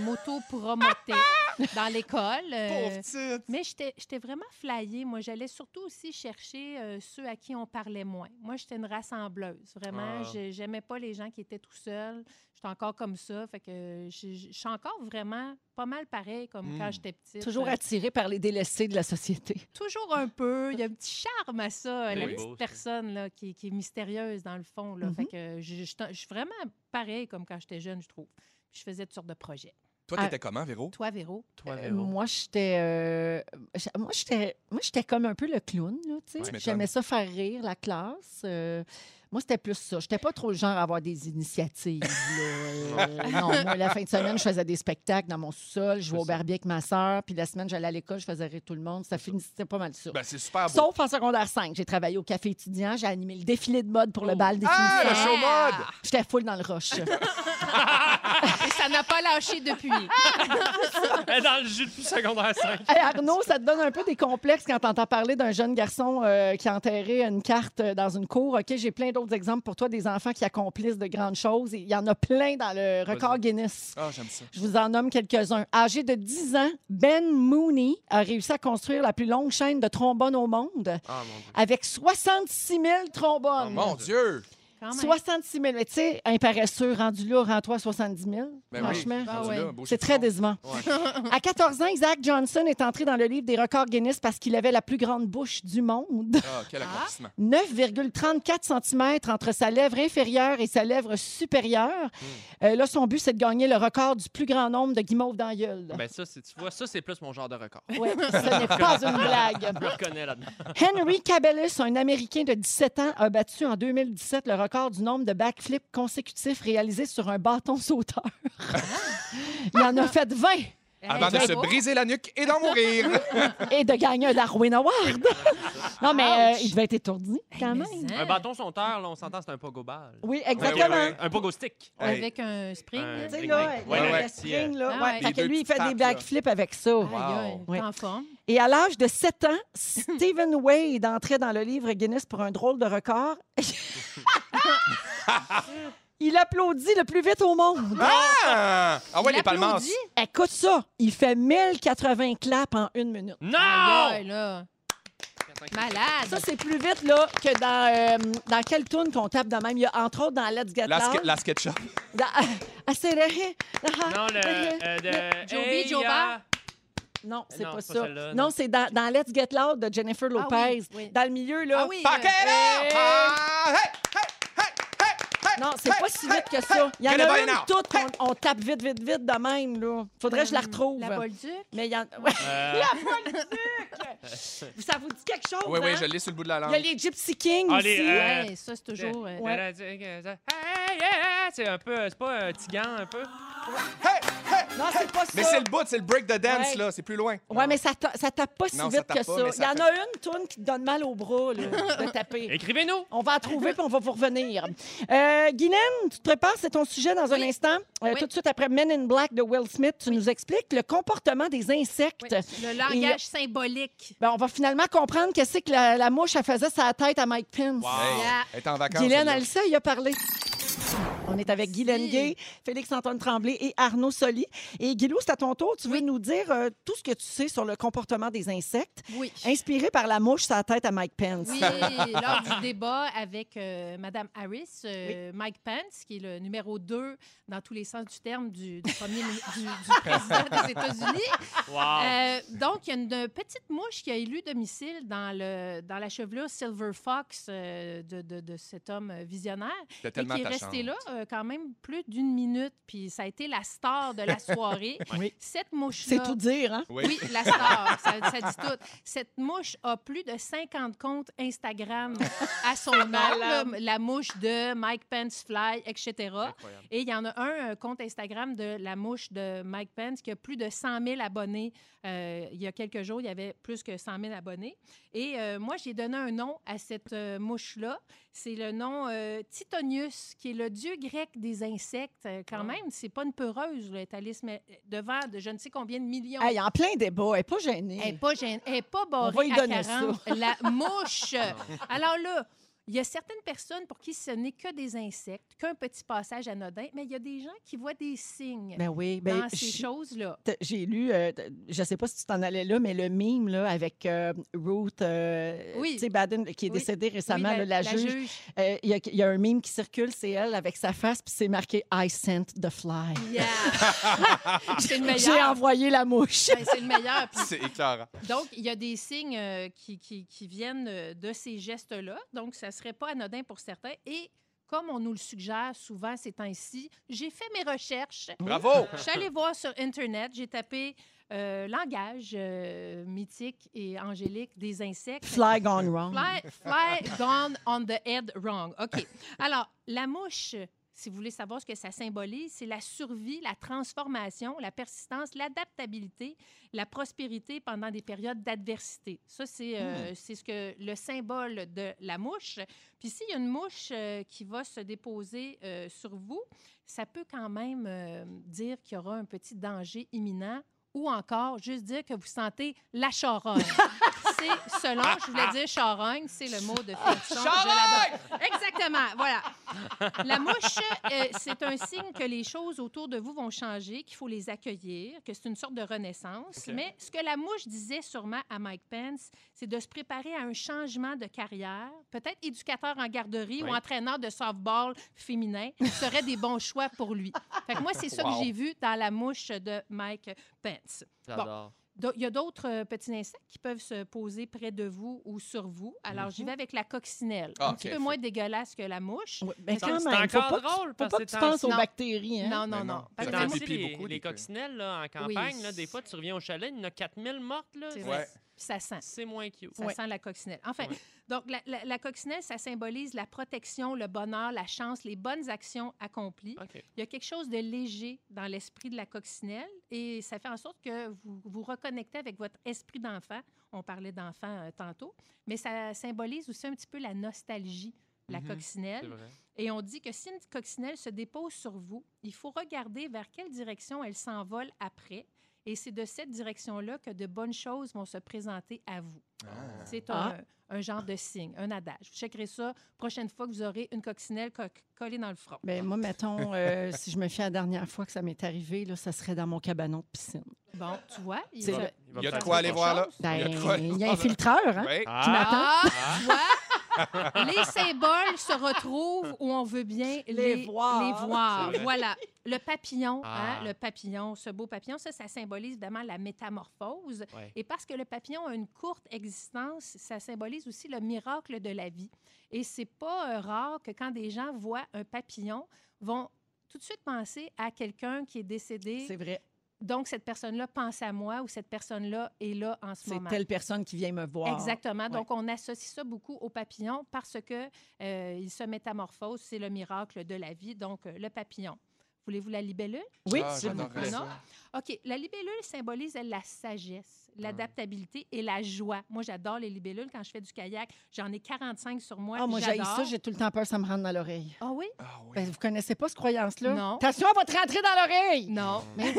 S2: m'auto-promotais dans l'école. euh,
S1: Pauvre petite!
S2: mais j'étais j'étais vraiment flyée. Moi, j'allais surtout aussi chercher euh, ceux à qui on parlait moins. Moi, j'étais une rassembleuse. Vraiment,
S4: Ah.
S2: Je- j'aimais pas les gens qui étaient tout seuls. J'étais encore comme ça. Fait que je je- je suis encore vraiment pas mal pareil comme
S1: Mm.
S4: Hmm.
S2: quand j'étais petite.
S3: Toujours
S2: Euh,
S3: attiré par les délaissés de la société.
S2: toujours un peu. Il y a un petit charme à
S1: Ben
S2: ça, la
S4: Oui.
S2: petite
S4: Beau, ça.
S2: personne là, qui, qui est mystérieuse dans le fond. Là.
S3: Mhm.
S2: Fait que je, je- je suis vraiment pareil comme quand j'étais jeune, je trouve. Je faisais toutes sortes de projets.
S1: Toi,
S3: Ah.
S1: t'étais comment, Véro?
S2: Toi, Véro?
S4: Toi,
S3: Euh,
S1: oh.
S4: Véro.
S3: moi, j'étais, euh, j'a- moi, j'étais, moi, j'étais comme un peu le clown, là, tu sais.
S1: Ouais. Tu m'étonnes.
S3: J'aimais ça faire rire la classe. euh, moi, c'était plus ça. J'étais pas trop le genre à avoir des initiatives. là. Euh, non, moi, la fin de semaine, je faisais des spectacles dans mon sous-sol. Je jouais au
S4: ça.
S3: barbier avec ma sœur. Puis la semaine, j'allais à l'école, je faisais rire tout le monde. Ça finissait pas mal ça.
S1: Ben, c'est super beau.
S3: Sauf en secondaire 5, j'ai travaillé au café étudiant, j'ai animé le défilé de mode pour le bal des
S1: Ah, le
S3: finissants.
S1: show mode!
S3: J'étais full dans le rush.
S2: Et ça n'a pas lâché depuis.
S4: Elle est Eh, dans le jus depuis secondaire 5.
S3: Hey, Arnaud, ça te donne un peu des complexes quand t'entends parler d'un jeune garçon euh, qui a enterré une carte euh, dans une cour. OK, j'ai plein d'autres exemples pour toi des enfants qui accomplissent de grandes choses. Et Il y en a plein dans le record Guinness.
S1: Ah, j'aime ça.
S3: Je vous en nomme quelques-uns. Âgé de 10 ans, Ben Mooney a réussi à construire la plus longue chaîne de trombones au monde
S4: Ah, mon Dieu.
S3: avec 66 000 trombones.
S1: Oh, mon Dieu!
S2: Quand même.
S3: 66 000. Mais tu sais, un paresseux rendu là, rends-toi 70 000.
S1: Ben oui,
S3: franchement,
S2: Ah
S1: rendu
S2: ouais.
S1: là, beau
S3: c'est
S1: chiffon.
S3: très décevant.
S4: Ouais.
S3: À 14 ans, Isaac Johnson est entré dans le livre des records Guinness parce qu'il avait la plus grande bouche du monde.
S1: Ah, quel accomplissement.
S3: 9,34 cm entre sa lèvre inférieure et sa lèvre supérieure. Euh, là, son but, c'est de gagner le record du plus grand nombre de guimauves dans la gueule.
S4: Ben ça, c'est- tu vois, ça, c'est plus mon genre de record.
S3: Ouais, ce n'est pas une blague.
S4: Je me reconnais là-dedans.
S3: Henry Cabellus, un Américain de 17 ans, a battu en 2017 le record du nombre de backflips consécutifs réalisés sur un bâton sauteur. Il en a fait 20
S1: Avant de se
S2: Bravo.
S1: briser la nuque et d'en mourir.
S3: et de gagner un Darwin Award. Non, mais euh, il devait être étourdi quand même.
S2: Mais, hein,
S4: Un bâton sauteur, là, on s'entend, c'est un pogo ball.
S3: Oui,
S1: Ouais, ouais,
S3: exactement.
S1: ouais.
S4: Un pogo stick.
S1: Hey.
S2: Avec un spring.
S4: Un-
S2: là.
S3: Tu sais,
S4: Ouais,
S3: là,
S4: ouais,
S3: il y a
S1: ouais,
S3: le
S1: ouais.
S3: string, là,
S2: Ah
S3: ouais.
S2: ouais.
S3: Fait que
S1: Les deux
S3: lui, il fait
S1: petites
S3: des
S1: tapes, là.
S3: backflips avec ça.
S2: Aïe, aïe,
S3: Ouais.
S2: t'es en forme.
S3: Et à l'âge de 7 ans, Stephen Wade entrait dans le livre Guinness pour un drôle de record. il applaudit le plus vite au monde.
S1: Ah! Ah ouais,
S2: Il
S1: les palmas.
S2: applaudit.
S3: Écoute ça, il fait 1080 claps en une minute.
S2: Aïe,
S4: Non!
S2: aïe, là. Malade.
S3: Ça, c'est plus vite là, que dans, euh, dans quelle tune qu'on tape de même. Il y a entre autres dans Let's Get
S1: La, ske-
S3: Loud.
S1: la SketchUp.
S3: dans- Ah, c'est vrai.
S4: Non, le... euh, de...
S2: Joby,
S4: Hey, ah,
S2: Joba.
S4: ya.
S3: Non, c'est
S4: Non,
S3: pas,
S4: pas
S3: ça.
S4: celle-là,
S3: non,
S4: non.
S3: c'est dans, dans Let's Get Loud de Jennifer
S2: Ah
S3: Lopez.
S2: oui, oui.
S3: Dans le milieu, là.
S2: Ah oui.
S1: Fuck it up! Ah, hey, hey, hey, hey, hey,
S3: Non, c'est
S1: hey,
S3: pas si
S1: hey,
S3: vite que ça. Il y en
S1: Get it
S3: a
S1: by
S3: une
S1: now.
S3: toute qu'on on tape vite, vite, vite de même, là. Faudrait que je la retrouve.
S2: Mm, La Bolduc.
S3: Mais il y en ouais,
S4: Euh,
S3: Ça vous dit quelque chose,
S1: Oui, oui,
S3: hein?
S1: je l'ai sur le bout de la
S3: Il y a
S1: langue.
S3: les Gypsy Kings
S4: Ah, les-
S3: aussi.
S4: euh,
S2: Ouais, ça, c'est toujours. euh,
S3: Ouais.
S4: Hey, yeah, C'est un peu... C'est pas un tigan, un peu?
S3: Non, c'est pas ça.
S1: Mais c'est le bout, c'est le break the dance,
S3: Ouais.
S1: là. C'est plus loin.
S3: Ouais, mais ça, ta- ça tape pas si
S1: Non, ça
S3: vite
S1: tape
S3: que
S1: pas,
S3: ça.
S1: mais
S3: Il y
S1: ça
S3: en
S1: fait-
S3: a une toune qui te donne mal au bras, là, de taper.
S4: Écrivez-nous!
S3: On va en trouver puis on va vous revenir. Euh, Guylaine, tu te prépares, c'est ton sujet dans un
S2: Oui.
S3: instant. Euh,
S2: Oui.
S3: Tout de suite après Men in Black de Will Smith, tu nous expliques le comportement des insectes.
S2: ouais. Le langage symbolique.
S3: Ben, on va finalement comprendre qu'est-ce que la, la mouche elle faisait sa tête à Mike Pence.
S1: Hey,
S2: Yeah.
S1: elle est en vacances.
S3: Guylaine
S1: celle-là.
S3: Alissa y a parlé. On est avec Guylaine Gay, Félix-Antoine Tremblay et Arnaud Soli. Et Guilou, c'est à ton tour. Tu veux nous dire euh, tout ce que tu sais sur le comportement des insectes,
S2: Oui.
S3: inspiré par la mouche sa tête à Mike Pence.
S2: Oui, lors du débat avec euh, Mme Harris, euh, Mike Pence, qui est le numéro 2 dans tous les sens du terme du, du premier, mini- du- du président des États-Unis,
S4: Wow!
S2: Euh, donc, il y a une, une petite mouche qui a élu domicile dans, le, dans la chevelure Silver Fox euh, de, de- de cet homme euh, visionnaire.
S1: C'était
S2: Et
S1: tellement
S2: qui est
S1: attachant.
S2: resté là, euh, euh, quand même plus d'une minute, puis ça a été la star de la soirée.
S3: Oui.
S2: Cette mouche-là.
S3: C'est tout dire, hein?
S1: Oui.
S2: Oui, la star, ça, ça dit tout. Cette mouche a plus de 50 comptes Instagram à son nom, là, la mouche de Mike Pence Fly, etc.
S1: Incroyable.
S2: Et il y en a un, un compte Instagram de la mouche de Mike Pence qui a plus de 100 000 abonnés. Euh, il y a quelques jours, il y avait plus que 100 000 abonnés. Et euh, moi, j'ai donné un nom à cette euh, mouche-là. C'est le nom euh, Titonius, qui est le dieu grec des insectes. Euh, Quand même, c'est pas une peureuse, là, elle est allée se mettre devant de je ne sais combien de millions.
S3: Hey, en plein débat, elle n'est pas
S2: Elle n'est
S3: gênée.
S2: pas, gêne- elle est pas
S3: On va
S2: barrée
S3: lui
S2: à
S3: donner Ah.
S2: 40. La mouche. Alors là, il y a certaines personnes pour qui ce n'est que des insectes, qu'un petit passage anodin, mais il y a des gens qui voient des signes
S3: Ben oui, ben,
S2: Euh, dans ces
S3: je-
S2: choses-là.
S3: t- j'ai lu, euh, t- je sais pas si tu t'en allais là, mais le mime là, avec euh, Ruth euh,
S2: Oui.
S3: tu sais, Baden, qui est
S2: Oui.
S3: décédée récemment,
S2: Oui,
S3: là, la, juge. Euh, Il y, a- il y a un mime qui circule, c'est elle avec sa face, puis c'est marqué I sent the fly.
S2: Yeah. c'est le
S3: J'ai
S2: meilleur.
S3: envoyé la mouche.
S2: Ben, c'est le meilleur. Puis
S1: C'est éclairant.
S2: Donc, il y a des signes euh, qui, qui- qui viennent euh, de ces gestes-là. Donc, ça ne serait pas anodin pour certains. Et comme on nous le suggère souvent ces temps-ci, j'ai fait mes recherches.
S1: Bravo!
S2: Je suis allée voir sur Internet, j'ai tapé euh, langage euh, mythique et angélique des insectes.
S3: Fly gone wrong.
S2: Fly, fly gone on the head wrong. OK. Alors, la mouche, si vous voulez savoir ce que ça symbolise, c'est la survie, la transformation, la persistance, l'adaptabilité, la prospérité pendant des périodes d'adversité. Ça, c'est euh, c'est ce que le symbole de la mouche. Puis s'il y a une mouche euh, qui va se déposer euh, sur vous, ça peut quand même euh, dire qu'il y aura un petit danger imminent ou encore juste dire que vous sentez la charogne. c'est selon, je voulais dire charogne, c'est le mot de fiction. Charogne! Exactement, voilà. La mouche, euh, c'est un signe que les choses autour de vous vont changer, qu'il faut les accueillir, que c'est une sorte de renaissance.
S4: OK.
S2: Mais ce que la mouche disait sûrement à Mike Pence, c'est de se préparer à un changement de carrière. Peut-être éducateur en garderie
S4: Oui.
S2: ou entraîneur de softball féminin serait des bons choix pour lui. Fait que moi, c'est ça
S1: Wow.
S2: que j'ai vu dans la mouche de Mike Pence.
S4: J'adore.
S2: Do- Il y a d'autres euh, petits insectes qui peuvent se poser près de vous ou sur vous. Alors, j'y vais avec la coccinelle.
S1: Ah,
S2: un petit
S1: ok.
S2: peu moins dégueulasse que la mouche.
S3: Ouais, ben
S4: C'est-
S3: quand
S4: c'est
S3: même, faut
S4: encore
S3: pas que,
S4: drôle,
S3: faut
S4: parce
S3: pas
S4: que
S3: que tu
S4: c'est
S3: penses aux
S2: non.
S3: bactéries. Hein?
S2: Non,
S1: Ben non.
S2: non, non. Parce
S1: C'est
S2: que
S4: Dans
S1: un
S2: moi,
S4: les,
S1: petit pipi,
S4: les,
S1: beaucoup, des fois.
S4: coccinelles là, en campagne, là, des fois, tu reviens au chalet, il y en a 4000 mortes. là.
S2: C'est
S4: C'est-
S1: Ouais.
S2: vrai. ça sent.
S4: C'est moins cute.
S2: Ça sent la coccinelle. Enfin,
S4: Ouais.
S2: donc la, la- la coccinelle, ça symbolise la protection, le bonheur, la chance, les bonnes actions accomplies.
S4: OK.
S2: Il y a quelque chose de léger dans l'esprit de la coccinelle et ça fait en sorte que vous vous reconnectez avec votre esprit d'enfant. On parlait d'enfant euh, tantôt, mais ça symbolise aussi un petit peu la nostalgie, la
S1: Mhm,
S4: C'est
S2: coccinelle.
S4: vrai.
S2: Et on dit que si une coccinelle se dépose sur vous, il faut regarder vers quelle direction elle s'envole après. Et c'est de cette direction-là que de bonnes choses vont se présenter à vous. C'est un, un genre de signe, un adage. Vous checkerez ça prochaine fois que vous aurez une coccinelle co- collée dans le front.
S3: Ben, moi, mettons, euh, si je me fie à la dernière fois que ça m'est arrivé, là, ça serait dans mon cabanon de piscine.
S2: Bon, tu vois, il
S3: C'est
S2: se-
S3: le-
S4: Il va
S1: Il y a
S4: faire
S1: de quoi
S4: ça
S1: aller
S4: pour
S1: voir là.
S4: chose.
S3: Ben,
S1: Il y a de quoi aller
S3: il y a un
S1: voir, là.
S3: filtreur, hein?
S1: Ouais.
S3: Tu m'attends?
S2: Ah, tu vois, les symboles se retrouvent où on veut bien les,
S3: Les voir.
S2: les voir.
S4: C'est vrai.
S2: Voilà. Le papillon,
S4: Ah.
S2: hein, le papillon, ce beau papillon, ça, ça symbolise évidemment la métamorphose.
S4: Ouais.
S2: Et parce que le papillon a une courte existence, ça symbolise aussi le miracle de la vie. Et c'est pas euh, rare que quand des gens voient un papillon, vont tout de suite penser à quelqu'un qui est décédé.
S3: C'est vrai.
S2: Donc, cette personne-là pense à moi ou cette personne-là est là en ce
S3: C'est
S2: moment.
S3: telle personne qui vient me voir.
S2: Exactement. Donc, on associe ça beaucoup au papillon parce que euh, il se métamorphose. C'est le miracle de la vie. Donc, euh, le papillon. Voulez-vous la libellule?
S3: Oui,
S1: Ah,
S3: c'est
S1: j'adorerais
S3: beaucoup.
S1: ça.
S2: OK. La libellule symbolise elle, la sagesse, l'adaptabilité et la joie. Moi, j'adore les libellules. Quand je fais du kayak, j'en ai 45 sur moi.
S3: Ah, moi, j'ai
S2: j'adore.
S3: ça, j'ai tout le temps peur, ça me rentre dans l'oreille.
S2: Ah oui?
S1: Ah oui.
S3: Ben, vous connaissez pas cette croyance-là?
S2: Non.
S3: Attention, elle va te rentrer dans l'oreille!
S2: Non. Mais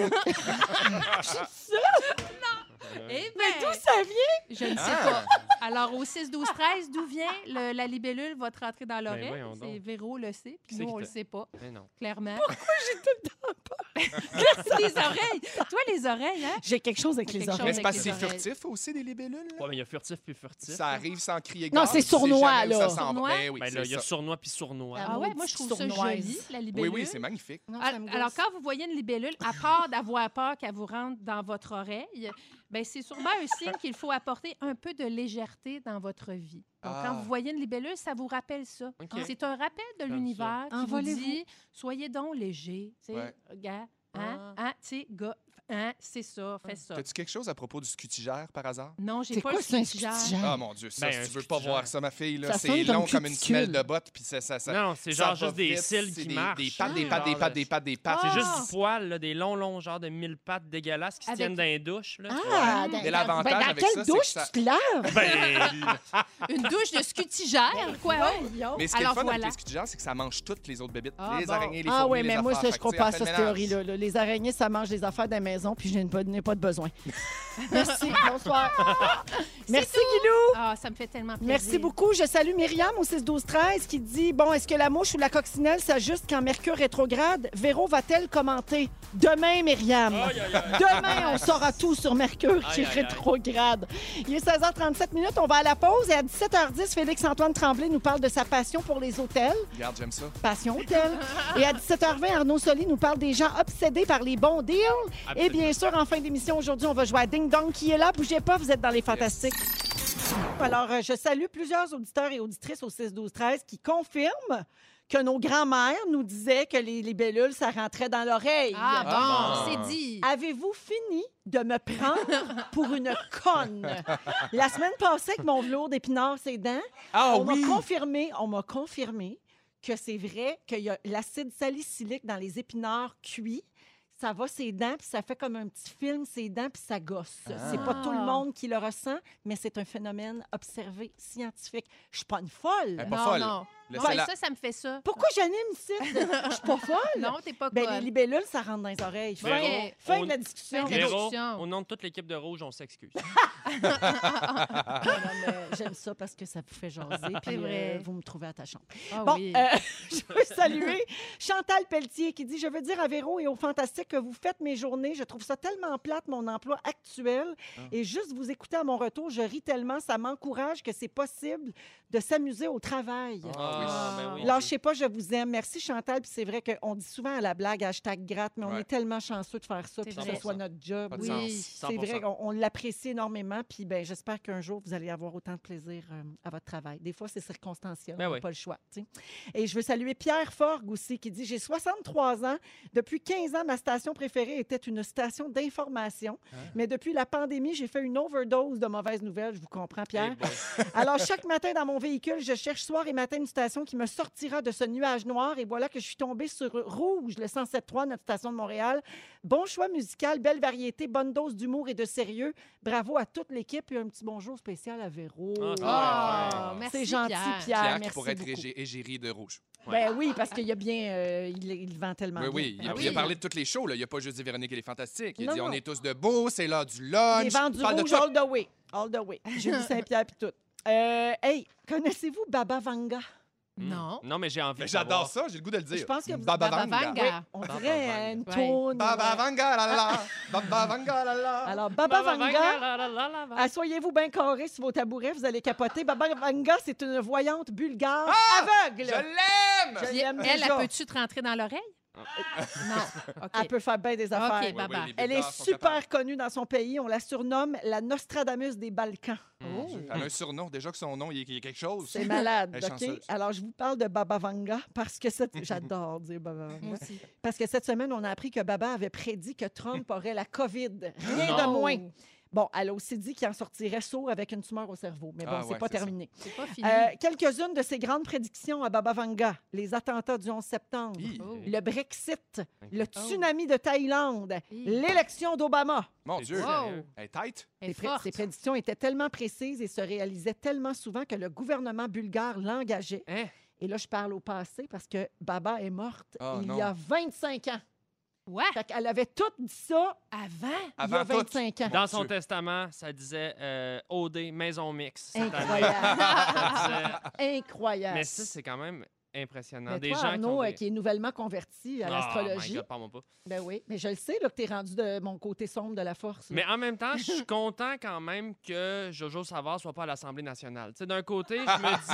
S4: Ah,
S2: Eh ben,
S3: ça vient?
S2: je ne sais
S1: Ah.
S2: pas. Alors, au 6, 12, 13, d'où vient le- la libellule? Va te rentrer dans l'oreille.
S4: voyons donc.
S2: C'est Véro le sait, puis
S4: Qui c'est
S2: nous,
S4: qui
S2: on
S4: t'a-
S2: le sait pas.
S4: Mais non.
S2: clairement. Pourquoi j'ai tout le temps peur? les oreilles. Toi, les oreilles, hein?
S3: J'ai quelque chose avec
S2: Quelque
S3: les
S2: chose
S1: Mais
S3: oreilles.
S1: c'est
S2: avec
S1: parce
S2: les
S1: que c'est
S2: oreilles.
S1: furtif aussi, des libellules. là.
S4: Ouais, mais il y a furtif puis furtif.
S1: Ça arrive sans crier
S3: Non,
S1: gare,
S3: c'est
S1: tu sais
S3: sournois,
S1: jamais où Ça
S3: là.
S1: s'en va.
S2: Sournois.
S1: Ben oui,
S4: Ben
S1: c'est
S4: là, il y a
S1: ça.
S4: sournois puis sournois.
S3: Ah
S2: Ah ouais,
S3: maudite
S2: moi, je trouve ça
S3: sournoise.
S2: joli, la
S1: Oui,
S2: libellule.
S1: oui, c'est magnifique.
S3: Non, ça me
S2: Al- Alors,
S3: gosse.
S2: quand vous voyez une libellule, à part d'avoir peur qu'elle vous rentre dans votre oreille, Ben, c'est sûrement un signe qu'il faut apporter un peu de légèreté dans votre vie. Donc,
S1: Ah.
S2: quand vous voyez une libellule, ça vous rappelle ça.
S4: OK.
S2: C'est un rappel de
S4: ça.
S2: l'univers qui vous
S3: Envolez-vous.
S2: dit soyez donc léger. Tu sais,
S1: Ouais.
S2: gars,
S3: Ah.
S2: hein, hein, tu sais, gars, hein, c'est ça, fais ça.
S1: T'as-tu quelque chose à propos du scutigère par hasard?
S2: Non, j'ai
S3: C'est
S2: pas
S3: quoi,
S2: le
S3: c'est un
S2: suggère.
S3: scutigère?
S1: Ah mon Dieu, ça,
S4: Ben,
S1: si
S4: un
S1: tu veux pas
S4: scutigère.
S1: voir ça, ma fille, là,
S3: Ça
S1: c'est
S3: sonne comme
S1: long comme une
S3: cuticule.
S1: semelle de botte, puis ça, ça, ça.
S4: Non, non, c'est
S1: ça
S4: genre
S1: va
S4: juste des
S1: vite,
S4: cils
S1: c'est
S4: qui
S1: des-
S4: marchent.
S1: Des pattes, des
S4: Ah.
S1: pattes, des
S4: Genre,
S1: pattes,
S4: là,
S1: des pattes, des
S4: C'est
S3: Ah.
S1: pattes.
S4: juste du poil, là, des longs, longs, genre de mille pattes dégueulasses qui se
S2: Avec-
S4: tiennent dans les douches. Là.
S3: Ah,
S1: Mais
S3: dans- dans-
S1: l'avantage
S3: ben, dans
S1: avec ça,
S3: quelle
S1: c'est que
S3: douche
S1: ça-
S3: tu te laves?
S4: Ben,
S2: Une douche de
S3: Ben
S2: scutigère, quoi. voyons.
S1: Mais ce qui est le
S2: Alors
S1: fun avec
S2: voilà.
S1: les scutigères, c'est que ça mange toutes les autres bébites.
S2: Ah,
S1: les
S2: bon.
S1: araignées, les fourmis,
S3: Ah oui, mais
S1: les
S3: moi, ça,
S1: affaires. Fait
S3: je
S1: que, tu
S3: crois
S1: sais,
S3: pas à
S1: elle fait
S3: cette
S1: le mélange.
S3: théorie-là. là. Les araignées, ça mange les affaires de la maison, puis je n'ai pas, n'ai pas de besoin. Merci, bonsoir. Merci, Guilou.
S2: Ah, ça me fait tellement plaisir.
S3: Merci beaucoup. Je salue Myriam au 6-12-13 qui dit Bon, est-ce que la mouche ou la coccinelle s'ajuste quand Mercure rétrograde Véro va-t-elle commenter Demain, Myriam.
S4: aïe, aïe, aïe.
S3: Demain, on saura tout sur Mercure qui
S4: Aïe, aïe, aïe.
S3: rétrograde. Il est 16h37 minutes, on va à la pause et à 17h10, Félix-Antoine Tremblay nous parle de sa passion pour les hôtels.
S1: Regarde, j'aime ça.
S3: Passion Hôtel. Et à 17h20, Arnaud Soli nous parle des gens obsédés par les bons deals. Et bien sûr, en fin d'émission aujourd'hui, on va jouer à Ding Dong qui est là. Bougez pas, vous êtes dans les fantastiques. Alors, euh, je salue plusieurs auditeurs et auditrices au 6-12-13 qui confirment que nos grands-mères nous disaient que les libellules, ça rentrait dans l'oreille.
S2: Ah, bon,
S1: Ah.
S2: c'est dit.
S3: Avez-vous fini de me prendre pour une conne? La semaine passée, avec mon velours d'épinards ses dents,
S1: Ah
S3: on
S1: oui!
S3: m'a confirmé, on m'a confirmé que c'est vrai qu'il y a l'acide salicylique dans les épinards cuits. Ça va ses dents, puis ça fait comme un petit film ses dents, puis ça gosse. C'est pas tout le monde qui le ressent, mais c'est un phénomène observé, scientifique. Je suis pas une folle.
S1: Elle est pas
S2: non,
S1: folle.
S2: non.
S1: Là,
S2: Non,
S1: c'est la-
S2: Ça, ça me fait ça.
S3: Pourquoi j'anime ici? Je suis pas folle.
S2: Non, t'es pas
S3: Ben, les
S2: conne.
S3: libellules, ça rentre dans les oreilles.
S1: Ben
S3: Fin,
S2: Véro,
S3: fin
S4: on-
S3: de la discussion.
S2: Fin de la
S4: Véro,
S2: discussion.
S4: au nom de toute l'équipe de Rouge, on s'excuse.
S3: Non, non, mais J'aime ça parce que ça vous fait jaser. Puis
S2: C'est vrai.
S3: euh, vous me trouvez attachante.
S2: Ah
S3: Bon,
S2: oui.
S3: euh, je veux saluer Chantal Pelletier qui dit Je veux dire à Véro et au Fantastique que vous faites mes journées. Je trouve ça tellement plate, mon emploi actuel.
S1: Ah.
S3: Et juste vous écouter à mon retour, je ris tellement. Ça m'encourage que c'est possible de s'amuser au travail.
S4: Ah, ben oui.
S3: Lâchez pas, je vous aime. Merci Chantal. Puis c'est vrai qu'on dit souvent à la blague hashtag gratte, mais on
S1: Ouais.
S3: est tellement chanceux de faire ça,
S2: C'est
S3: puis que
S4: vrai.
S3: ce soit notre job.
S1: Pas de
S2: oui.
S1: sens.
S3: C'est
S4: 100%.
S3: vrai qu'on on l'apprécie énormément. Puis ben, j'espère qu'un jour, vous allez avoir autant de plaisir euh, à votre travail. Des fois, c'est circonstanciel.
S4: Ben
S3: on n'a
S4: oui.
S3: pas le choix. tu sais. Et je veux saluer Pierre Forgue aussi, qui dit J'ai 63 ans. Depuis 15 ans, ma station préférée était une station d'information.
S4: Ah.
S3: Mais depuis la pandémie, j'ai fait une overdose de mauvaises nouvelles. Je vous comprends, Pierre.
S4: Eh boy.
S3: Alors, chaque matin dans mon véhicule, je cherche soir et matin une station qui me sortira de ce nuage noir. Et voilà que je suis tombée sur Rouge, le 107.3, notre station de Montréal. Bon choix musical, belle variété, bonne dose d'humour et de sérieux. Bravo à toute l'équipe et un petit bonjour spécial à Véro.
S4: Ah, c'est
S2: Ah, merci,
S3: c'est gentil,
S2: Pierre.
S3: Pierre.
S1: Pierre qui
S3: Merci
S1: pourrait être
S3: beaucoup.
S1: égé- égérie de rouge.
S3: Ben oui, parce qu'il y a bien... euh, il, il vend tellement
S1: Oui,
S3: bien.
S1: oui. Il,
S3: Ah
S1: a-
S4: oui.
S1: il a parlé de toutes les shows. Là. Il a pas juste dit Véronique, elle est fantastique. Il a
S3: Non,
S1: dit
S3: non.
S1: on est tous de beaux, c'est l'heure du
S3: Il
S1: lunch.
S3: vend du
S1: Il parle de
S3: rouge
S1: tout.
S3: all the way. All the way. J'ai vu Saint-Pierre puis tout. Euh, hey, connaissez-vous Baba Vanga?
S2: Non.
S4: Hmm. Non, mais j'ai envie.
S1: Mais
S4: de
S1: J'adore ça,
S4: savoir.
S1: j'ai le goût de le dire.
S3: Je pense que vous-
S1: Baba
S2: Baba
S1: Vanga.
S2: Vanga.
S3: On
S4: Baba
S3: dirait
S4: Vanga.
S3: une
S2: Ouais.
S3: toune.
S1: Baba Vanga, la la
S3: Ah.
S1: la. Baba Vanga, la la.
S3: Alors, Baba, Vanga,
S4: Ben, la, la, la, la, la.
S3: ah, soyez-vous bien carrés sur vos tabourets, vous allez capoter. Baba Vanga, c'est une voyante bulgare
S1: Ah! Je
S3: aveugle.
S1: l'aime!
S3: Je
S2: Puis
S3: l'aime
S2: elle, elle
S3: déjà.
S2: peux-tu te rentrer dans l'oreille?
S1: Ah.
S2: Non. OK.
S3: Elle peut faire bien des affaires.
S2: Ok, Baba.
S1: les
S3: Elle est
S1: Bulgares sont
S3: super
S1: capables.
S3: connue dans son pays. On la surnomme la Nostradamus des Balkans.
S1: Elle a un surnom. Déjà que son nom, il y a- il y a quelque chose.
S3: C'est malade,
S1: Elle est
S3: OK?
S1: chanceuse.
S3: Alors, je vous parle de Baba Vanga parce que cette... J'adore dire Baba
S2: Moi
S3: Vanga.
S2: aussi.
S3: Parce que cette semaine, on a appris que Baba avait prédit que Trump aurait la COVID. Rien de
S2: Oh,
S3: moins. Bon, elle a aussi dit qu'il en sortirait sourd avec une tumeur au cerveau. Mais bon,
S1: Ah
S3: c'est
S1: ouais,
S3: pas
S1: c'est ça.
S3: terminé.
S2: C'est pas fini.
S3: Euh, Quelques-unes de ses grandes prédictions à Baba Vanga. Les attentats du 11 septembre,
S1: Hi,
S2: Oh.
S3: le Brexit, le
S2: Oh.
S3: tsunami de Thaïlande,
S2: Hi.
S3: l'élection d'Obama.
S1: Mon
S4: C'est
S1: Dieu.
S4: quoi?
S2: Wow.
S1: Elle est tight.
S2: Elle est
S3: Ses pré-
S2: forte.
S3: ses prédictions étaient tellement précises et se réalisaient tellement souvent que le gouvernement bulgare l'engageait.
S4: Hein?
S3: Et là, je parle au passé parce que Baba est morte
S1: Ah,
S3: il
S1: non.
S3: y a 25 ans.
S2: Ouais,
S3: Elle avait tout dit ça
S2: avant.
S3: il y a
S1: Avant tout.
S3: 25 ans.
S4: Dans son
S1: Dieu.
S4: testament, ça disait euh, OD, maison mixte. cette année.
S3: Incroyable. Ah,
S4: Ça disait-
S3: Incroyable.
S4: Mais ça, c'est quand même impressionnant.
S3: Mais
S4: Des
S3: toi,
S4: gens qui,
S3: Arnaud,
S4: ont
S3: euh,
S4: des-
S3: qui, est nouvellement converti à
S4: Oh my
S3: l'astrologie.
S4: God, parle-moi pas.
S3: Ben oui, mais je le sais là, que tu es rendu de mon côté sombre de la force. là.
S4: Mais en même temps, je suis content quand même que Jojo Savard soit pas à l'Assemblée nationale. Tu sais, d'un côté, je me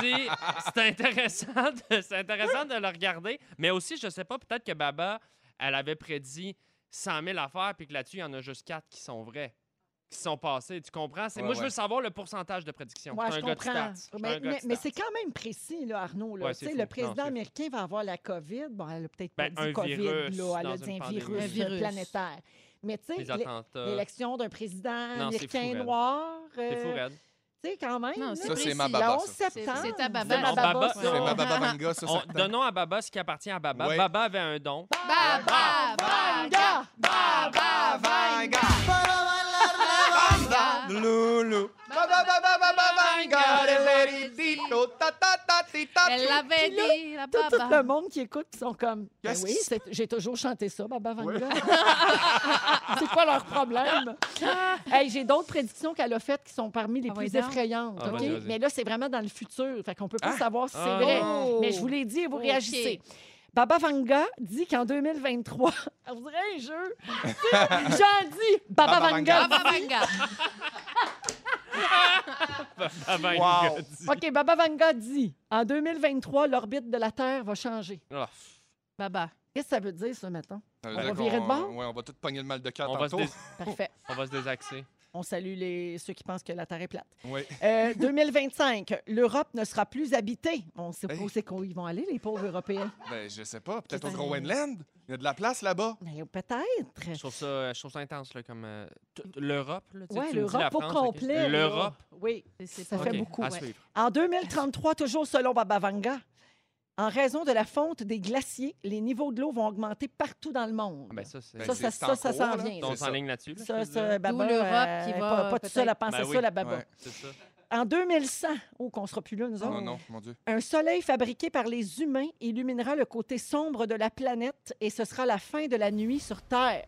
S4: dis, c'est intéressant, de, c'est intéressant de le regarder, mais aussi, je sais pas, peut-être que Baba, elle avait prédit 100 000 affaires, puis que là-dessus, il y en a juste 4 qui sont vraies. qui sont passés. Tu comprends? C'est-
S1: Ouais,
S4: moi, je
S1: ouais.
S4: veux savoir le pourcentage de prédiction.
S3: Ouais,
S4: je
S3: je
S4: suis un gars de
S3: comprends.
S4: stats. Je suis un
S3: Mais,
S4: gars de
S3: mais- mais
S4: stats.
S3: c'est quand même précis, là, Arnaud. Là.
S4: Ouais,
S3: Tu
S4: c'est
S3: sais,
S4: fou.
S3: le
S4: Non,
S3: président
S4: c'est fou.
S3: américain va avoir la COVID. Bon, elle a peut-être
S4: Ben,
S3: pas dit
S4: un
S3: COVID,
S4: virus
S3: là. Elle a
S4: dans
S3: dit
S4: une
S3: un
S4: pandémie.
S3: virus,
S2: Un virus.
S3: planétaire. Mais tu sais,
S4: Les
S3: l'é-
S4: attentats.
S3: l'élection d'un président
S4: Non, c'est fou,
S3: américain
S4: raide.
S3: noir,
S4: C'est fou,
S3: euh,
S4: raide.
S3: tu sais, quand même.
S2: Non,
S3: là.
S2: c'est
S1: Ça, c'est ma
S2: précis.
S1: baba.
S3: le 11
S1: ça.
S3: septembre.
S2: C'est- c'est ta baba.
S3: C'est ma
S4: On
S3: baba,
S4: baba-
S3: ça.
S1: C'est ma
S4: On-
S1: baba Vanga, ça,
S4: On-
S1: certain.
S4: Donnons à Baba ce qui appartient à Baba.
S1: Ouais.
S4: Baba avait un don.
S3: Ah,
S2: Baba,
S3: Vanga!
S2: Baba,
S1: Vanga.
S2: Vanga.
S1: Loulou.
S2: Elle l'avait dit, la
S3: Tout, tout
S2: baba.
S3: le monde qui écoute, ils sont comme. Ben
S1: Qu'est-ce
S3: oui,
S1: qui se
S3: c'est- j'ai toujours chanté ça, Baba Vanga. c'est quoi leur problème? Hey, j'ai d'autres prédictions qu'elle a faites qui sont parmi les
S2: Ah,
S3: plus
S2: voyons.
S3: effrayantes.
S4: Ah,
S3: OK?
S4: vas-y, vas-y.
S3: Mais là, c'est vraiment dans le futur. Fait qu'on peut pas savoir si c'est
S4: Ah.
S3: vrai.
S2: Oh.
S3: Mais je vous l'ai dit et vous
S2: OK.
S3: réagissez. Baba Vanga dit qu'en 2023, on dirait un jeu. J'en dis Baba,
S1: Baba
S3: Vanga.
S2: Baba Vanga.
S4: Avant une
S1: Wow.
S4: gueule.
S3: OK, Baba Vanga dit en 2023, l'orbite de la Terre va changer.
S4: Ah,
S2: Baba.
S3: Qu'est-ce que ça veut dire, ça, maintenant?
S1: Ça veut
S3: On
S1: dire
S3: va virer de
S1: qu'on-
S3: bord?
S1: Ouais, on va tout pogner le mal de cœur
S4: on, va se
S1: tantôt.
S4: dés-
S3: Parfait.
S4: on va se désaxer.
S3: On salue les... ceux qui pensent que la Terre est plate.
S1: Oui.
S3: Euh, 2025, l'Europe ne sera plus habitée. On sait pas
S1: Hey.
S3: où c'est qu'ils vont aller, les pauvres Européens.
S1: Ben, je sais pas. Peut-être au
S3: Qu'est-ce que-
S1: Groenland. Il y a de la place là-bas.
S3: Mais Ben, Peut-être.
S4: Je trouve ça, je trouve ça intense, là, comme euh, toute l'Europe. là, tu sais,
S3: Oui,
S4: tu me dis la
S3: l'Europe au
S4: France, ok.
S3: complet. là.
S4: L'Europe.
S3: Oui.
S2: C'est- c'est
S3: Ça
S2: pas-
S3: fait
S4: Ok,
S3: beaucoup,
S4: À
S2: ouais.
S4: suivre.
S3: En 2033, toujours selon Baba Vanga, en raison de la fonte des glaciers, les niveaux de l'eau vont augmenter partout dans le monde.
S4: Ah, ben, ça, c'est.
S1: Ben,
S3: ça,
S1: c'est- c'est en
S3: ça, ça, ça
S1: cours,
S3: s'en
S1: là.
S3: vient.
S4: on
S1: c'est ça.
S4: s'enligne là-dessus. là,
S3: Ça,
S4: je veux
S3: ça,
S4: dire.
S3: Baba,
S2: l'Europe
S3: euh,
S2: qui va
S3: pas, pas tout
S2: peut-être-
S3: seul à penser
S4: Ben
S3: ça,
S4: oui,
S3: la Baba.
S1: ouais.
S4: C'est ça.
S3: En 2100, oh, qu'on sera plus là, nous autres,
S1: Non, non, mon Dieu.
S3: un soleil fabriqué par les humains illuminera le côté sombre de la planète et ce sera la fin de la nuit sur Terre.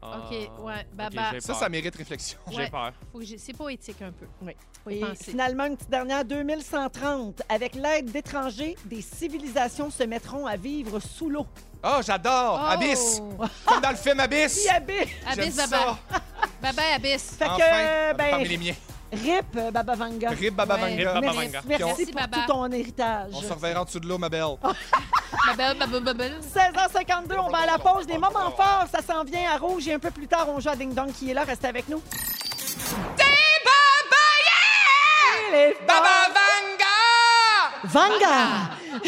S4: Ah.
S2: ouais,
S4: Ok,
S2: Baba.
S4: j'ai
S1: Ça,
S4: peur.
S1: ça mérite réflexion.
S4: J'ai
S2: Ouais.
S4: peur.
S2: Faut que j'ai- C'est poétique un peu.
S3: Oui.
S2: Faut y
S3: Et
S2: penser.
S3: finalement, une petite dernière, 2130. Avec l'aide d'étrangers, des civilisations se mettront à vivre sous l'eau.
S1: Oh, j'adore!
S2: Oh!
S1: Abyss! Comme dans le film Abyss!
S3: Qui habite?
S1: J'aime
S2: Abyss,
S1: ça.
S2: Baba. Baba, Abyss.
S3: Fait
S1: Enfin,
S3: que, ben,
S1: parmi les miens.
S3: rip, euh, Baba Vanga.
S1: Rib Baba
S2: Ouais.
S1: Vanga.
S4: Rib Baba
S3: Merci,
S4: Vanga.
S3: merci
S2: Merci,
S3: pour
S2: Baba.
S3: tout ton héritage.
S1: On se reverra en dessous de l'eau, ma belle.
S2: Baba, Baba, Baba.
S3: 16h52, on va à la pause. Des moments forts, ça s'en vient à rouge. Et un peu plus tard, on joue à Ding Dong qui est là. Restez avec nous. Des Baba, Baba Vanga! Vanga!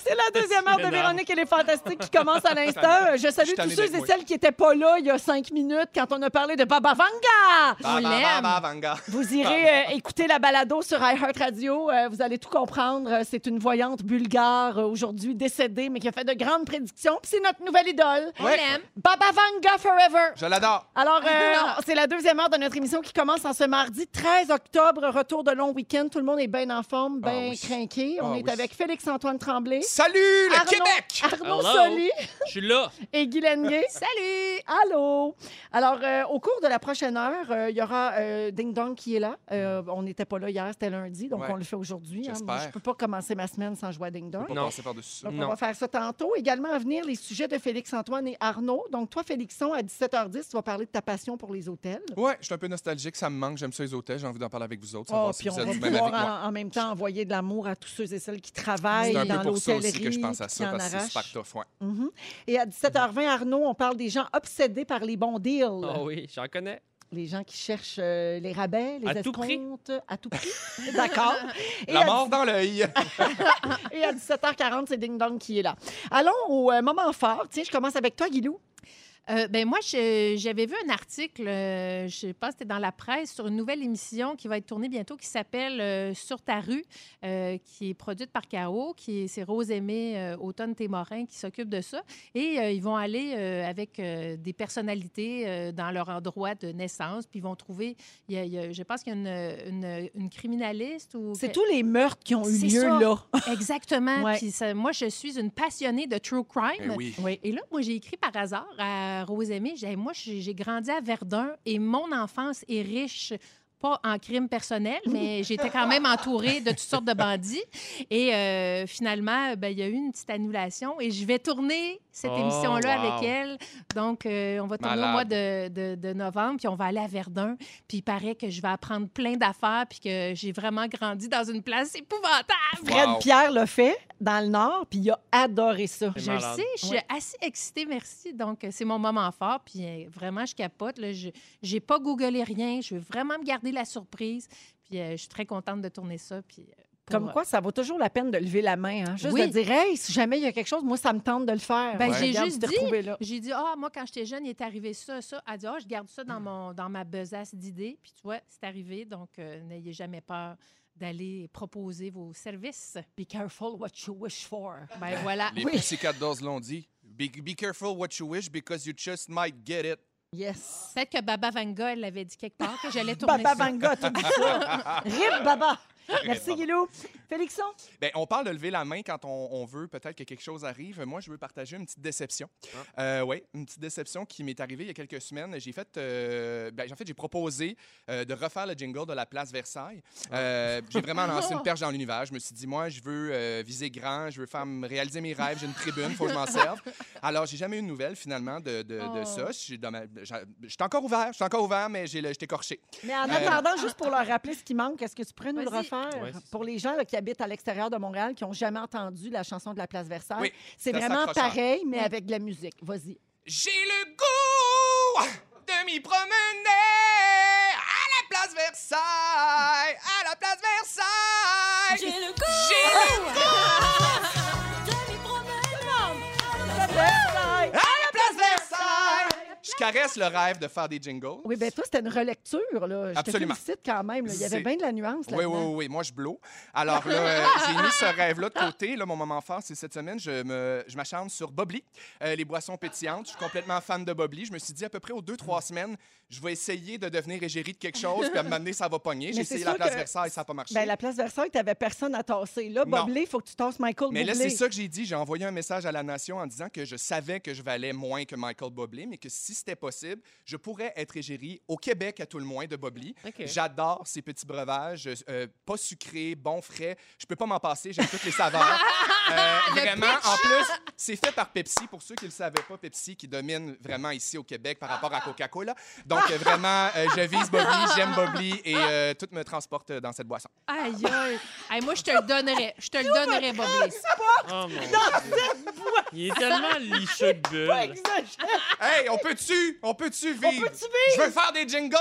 S3: C'est la deuxième heure de
S4: énorme.
S3: Véronique et les Fantastiques qui commence à l'instant. Je
S1: Je
S3: salue
S1: suis
S3: tous
S1: tanné
S3: ceux
S1: d'être
S3: et
S1: moi.
S3: celles qui n'étaient pas là il y a cinq minutes quand on a parlé de Baba Vanga!
S1: Baba,
S2: l'aime.
S1: Baba Vanga.
S3: Vous irez euh, écouter la balado sur iHeartRadio. Euh, vous allez tout comprendre. Euh, C'est une voyante bulgare euh, aujourd'hui décédée, mais qui a fait de grandes prédictions. Puis c'est notre nouvelle idole,
S2: On
S1: Ouais.
S2: l'aime.
S3: Baba Vanga Forever.
S1: Je l'adore.
S3: Alors, euh, c'est la deuxième heure de notre émission qui commence en ce mardi 13 octobre. Retour de long week-end. Tout le monde est bien en forme, bien
S1: Ah oui.
S3: crinqué. On
S1: Ah
S3: est
S1: oui.
S3: avec Félix-Antoine Tremblay.
S1: Salut, le
S3: Arnaud- Ah.
S1: Québec!
S3: Arnaud
S4: Hello.
S3: Soli
S4: Je suis là.
S3: et Guy Lenguet.
S2: Salut.
S3: Allô! Alors, euh, au cours de la prochaine heure, euh, il y aura euh, Ding Dong qui est là. Euh, on n'était pas là hier, c'était lundi, donc
S1: Ouais.
S3: on le fait aujourd'hui. hein.
S1: J'espère.
S3: Moi, Je ne peux pas commencer ma semaine sans jouer à Ding Dong.
S1: Pas
S4: Non.
S1: passer par-dessus ça.
S3: Donc, on
S4: Non.
S3: va faire ça tantôt. Également, à venir, les sujets de Félix-Antoine et Arnaud. Donc, toi, Félixon, à 17h10, tu vas parler de ta passion pour les hôtels.
S1: Ouais, je suis un peu nostalgique, ça me manque, j'aime ça les hôtels, j'ai envie d'en parler avec vous autres,
S3: Oh,
S1: savoir si
S3: puis on
S1: vous êtes
S3: va
S1: du même avec moi.
S3: pouvoir en, en même temps envoyer de l'amour à tous ceux et celles qui travaillent
S1: C'est un
S3: dans
S1: peu pour ça
S3: l'hôtellerie.
S1: aussi que je pense à
S3: puis
S1: ça,
S3: qui en
S1: parce que c'est super
S3: arrachent.
S1: tough, ouais.
S3: Mhm. Et à 17h20, Arnaud, on parle des gens obsédés par les bons deals.
S4: Ah oui, j'en connais.
S3: Les gens qui cherchent euh, les rabais, les
S4: À tout prix.
S3: escomptes, à tout prix. D'accord. Et, Ah,
S1: La
S3: à-
S1: mort dans l'œil!
S3: et à 17h40, c'est Ding Dong qui est là. Allons au euh, moment fort. Tiens, je commence avec toi, Guilou.
S2: Euh, ben moi, je- j'avais vu un article, euh, je pense que c'était dans la presse, sur une nouvelle émission qui va être tournée bientôt qui s'appelle euh, Sur ta rue, euh, qui est produite par K.O., qui est- c'est Rose Aimée, euh, Automne Témorin qui s'occupe de ça. Et euh, ils vont aller euh, avec euh, des personnalités euh, dans leur endroit de naissance, puis ils vont trouver, il y a- il y a- je pense qu'il y a une, une- une criminaliste ou...
S3: C'est tous les meurtres qui ont eu
S2: C'est
S3: lieu
S2: ça.
S3: là.
S2: Exactement.
S3: Ouais.
S2: Puis ça- moi, je suis une passionnée de true crime.
S1: Ben oui.
S3: Oui.
S2: Et là, moi, j'ai écrit par hasard à Rosemée. J'ai, moi, j'ai j'ai grandi à Verdun et mon enfance est riche. Pas en crime personnel, mais j'étais quand même entourée de toutes sortes de bandits. Et euh, finalement, ben, il y a eu une petite annulation et je vais tourner cette
S4: Oh,
S2: émission-là
S4: wow.
S2: avec elle. Donc, euh, on va tourner au mois
S1: Malade.
S2: de, de- de novembre, puis on va aller à Verdun. Puis il paraît que je vais apprendre plein d'affaires, puis que j'ai vraiment grandi dans une place épouvantable.
S3: Fred
S1: Wow.
S3: Pierre l'a fait dans le Nord, puis il a adoré ça.
S4: C'est
S2: Je le
S4: malade.
S2: sais, je suis assez excitée, merci. Donc, euh, c'est mon moment fort. Puis euh, vraiment, je capote. Là, je n'ai pas googlé rien. Je veux vraiment me garder la surprise. Puis euh, je suis très contente de tourner ça. Puis, euh, pour-
S3: Comme quoi, ça vaut toujours la peine de lever la main. Hein? Juste
S2: Oui.
S3: de dire, hey, si jamais il y a quelque chose, moi, ça me tente de le faire.
S2: Ben,
S1: Ouais.
S2: j'ai
S3: Regarde,
S2: juste
S3: tu t'es
S2: dit-
S3: retrouvée là.
S2: J'ai dit, ah, moi, quand j'étais jeune, il est arrivé ça, ça. Elle dit, ah, je garde ça dans, mon, dans ma besace d'idées. Puis, tu vois, c'est arrivé. Donc, euh, n'ayez jamais peur d'aller proposer vos services.
S7: Be careful what you wish for.
S2: Ben
S3: Ah,
S2: voilà.
S1: Les Pussycat Dolls l'ont dit. Be, be careful what you wish because you just might get it.
S3: Yes.
S2: Peut-être que Baba Vanga, elle l'avait dit quelque part, que j'allais tourner
S3: Baba
S2: ça.
S3: Vanga, tout dit ça. Rip Baba. Merci, Guilou. Félixon,
S1: Ben, on parle de lever la main quand on, on veut peut-être que quelque chose arrive. Moi, je veux partager une petite déception. oui, une petite déception qui m'est arrivée il y a quelques semaines. J'ai fait, euh, ben, en fait, j'ai proposé euh, de refaire le jingle de la place Versailles. Euh, j'ai vraiment lancé une perche dans l'univers. Je me suis dit, moi, je veux euh, viser grand, je veux faire me réaliser mes rêves. J'ai une tribune, faut que je m'en serve. Alors, j'ai jamais eu de nouvelles finalement de, de, de
S2: Oh.
S1: ça. Je suis dans ma- j'a- j'étais encore ouvert, j'étais encore ouvert, mais j'ai le- j'étais écorché.
S3: mais en attendant, juste pour leur rappeler ce qui manque, est-ce que tu pourrais nous le
S2: Vas-y.
S3: refaire?
S4: Ouais, c'est ça.
S3: pour les gens là, qui habitent à l'extérieur de Montréal, qui n'ont jamais entendu la chanson de la Place Versailles,
S1: Oui,
S3: c'est
S1: ça, c'est
S3: vraiment
S1: accrocheur.
S3: pareil, mais avec de la musique. Vas-y.
S1: J'ai le goût de m'y promener à la place Versailles, à la place Versailles. J'ai le goût.
S3: Versailles!
S1: à la place Versailles. Je caresse le rêve de faire des jingles.
S3: Oui, bien toi, c'était une relecture. Là. Je
S1: Absolument.
S3: te félicite quand même. là. Il y avait
S1: C'est-
S3: bien de la nuance
S1: Oui, oui,
S3: là-dedans.
S1: oui, oui, moi je blow. Alors là, euh, j'ai mis ce rêve-là de côté. Là, mon moment fort, c'est cette semaine, je me- je m'acharne sur Bobli, euh, les boissons pétillantes. Je suis complètement fan de Bobli. Je me suis dit à peu près aux deux,
S3: Mm.
S1: trois semaines, je vais essayer de devenir égérie de quelque chose, puis à un moment donné, ça va pogner. J'ai
S3: Mais c'est
S1: essayé la
S3: sûr
S1: place
S3: que-
S1: Versailles, ça n'a pas marché.
S3: Ben, la place Versailles, t'avais personne à tasser. Là,
S1: Non.
S3: Boblé, il faut que tu tasses Michael
S1: Mais là,
S3: Bublé.
S1: c'est ça que j'ai dit. J'ai envoyé un message à la nation en disant que je savais que je valais moins que Michael Bobley, mais que si c'était possible, je pourrais être égérie au Québec à tout le moins de Bobley.
S4: OK.
S1: J'adore ces petits breuvages, euh, pas sucrés, bons, frais. Je peux pas m'en passer, j'aime toutes les saveurs. Euh, vraiment, en plus, c'est fait par Pepsi. Pour ceux qui ne le savaient pas, Pepsi qui domine vraiment ici au Québec par rapport à Coca-Cola. Donc, euh, vraiment, euh, je vise Bobley, j'aime Bobley et euh, tout me transporte dans cette boisson.
S2: Aïe, aïe. Hey, moi, je te le donnerais. Je te le donnerais, Bobby.
S3: Ah!
S4: Oh mon Dieu. Il est tellement liché de bulles.
S3: Exagère.
S1: Hey, on peut-tu? On peut-tu vivre?
S3: peut-tu vivre? Ah.
S1: Je veux faire des jingles!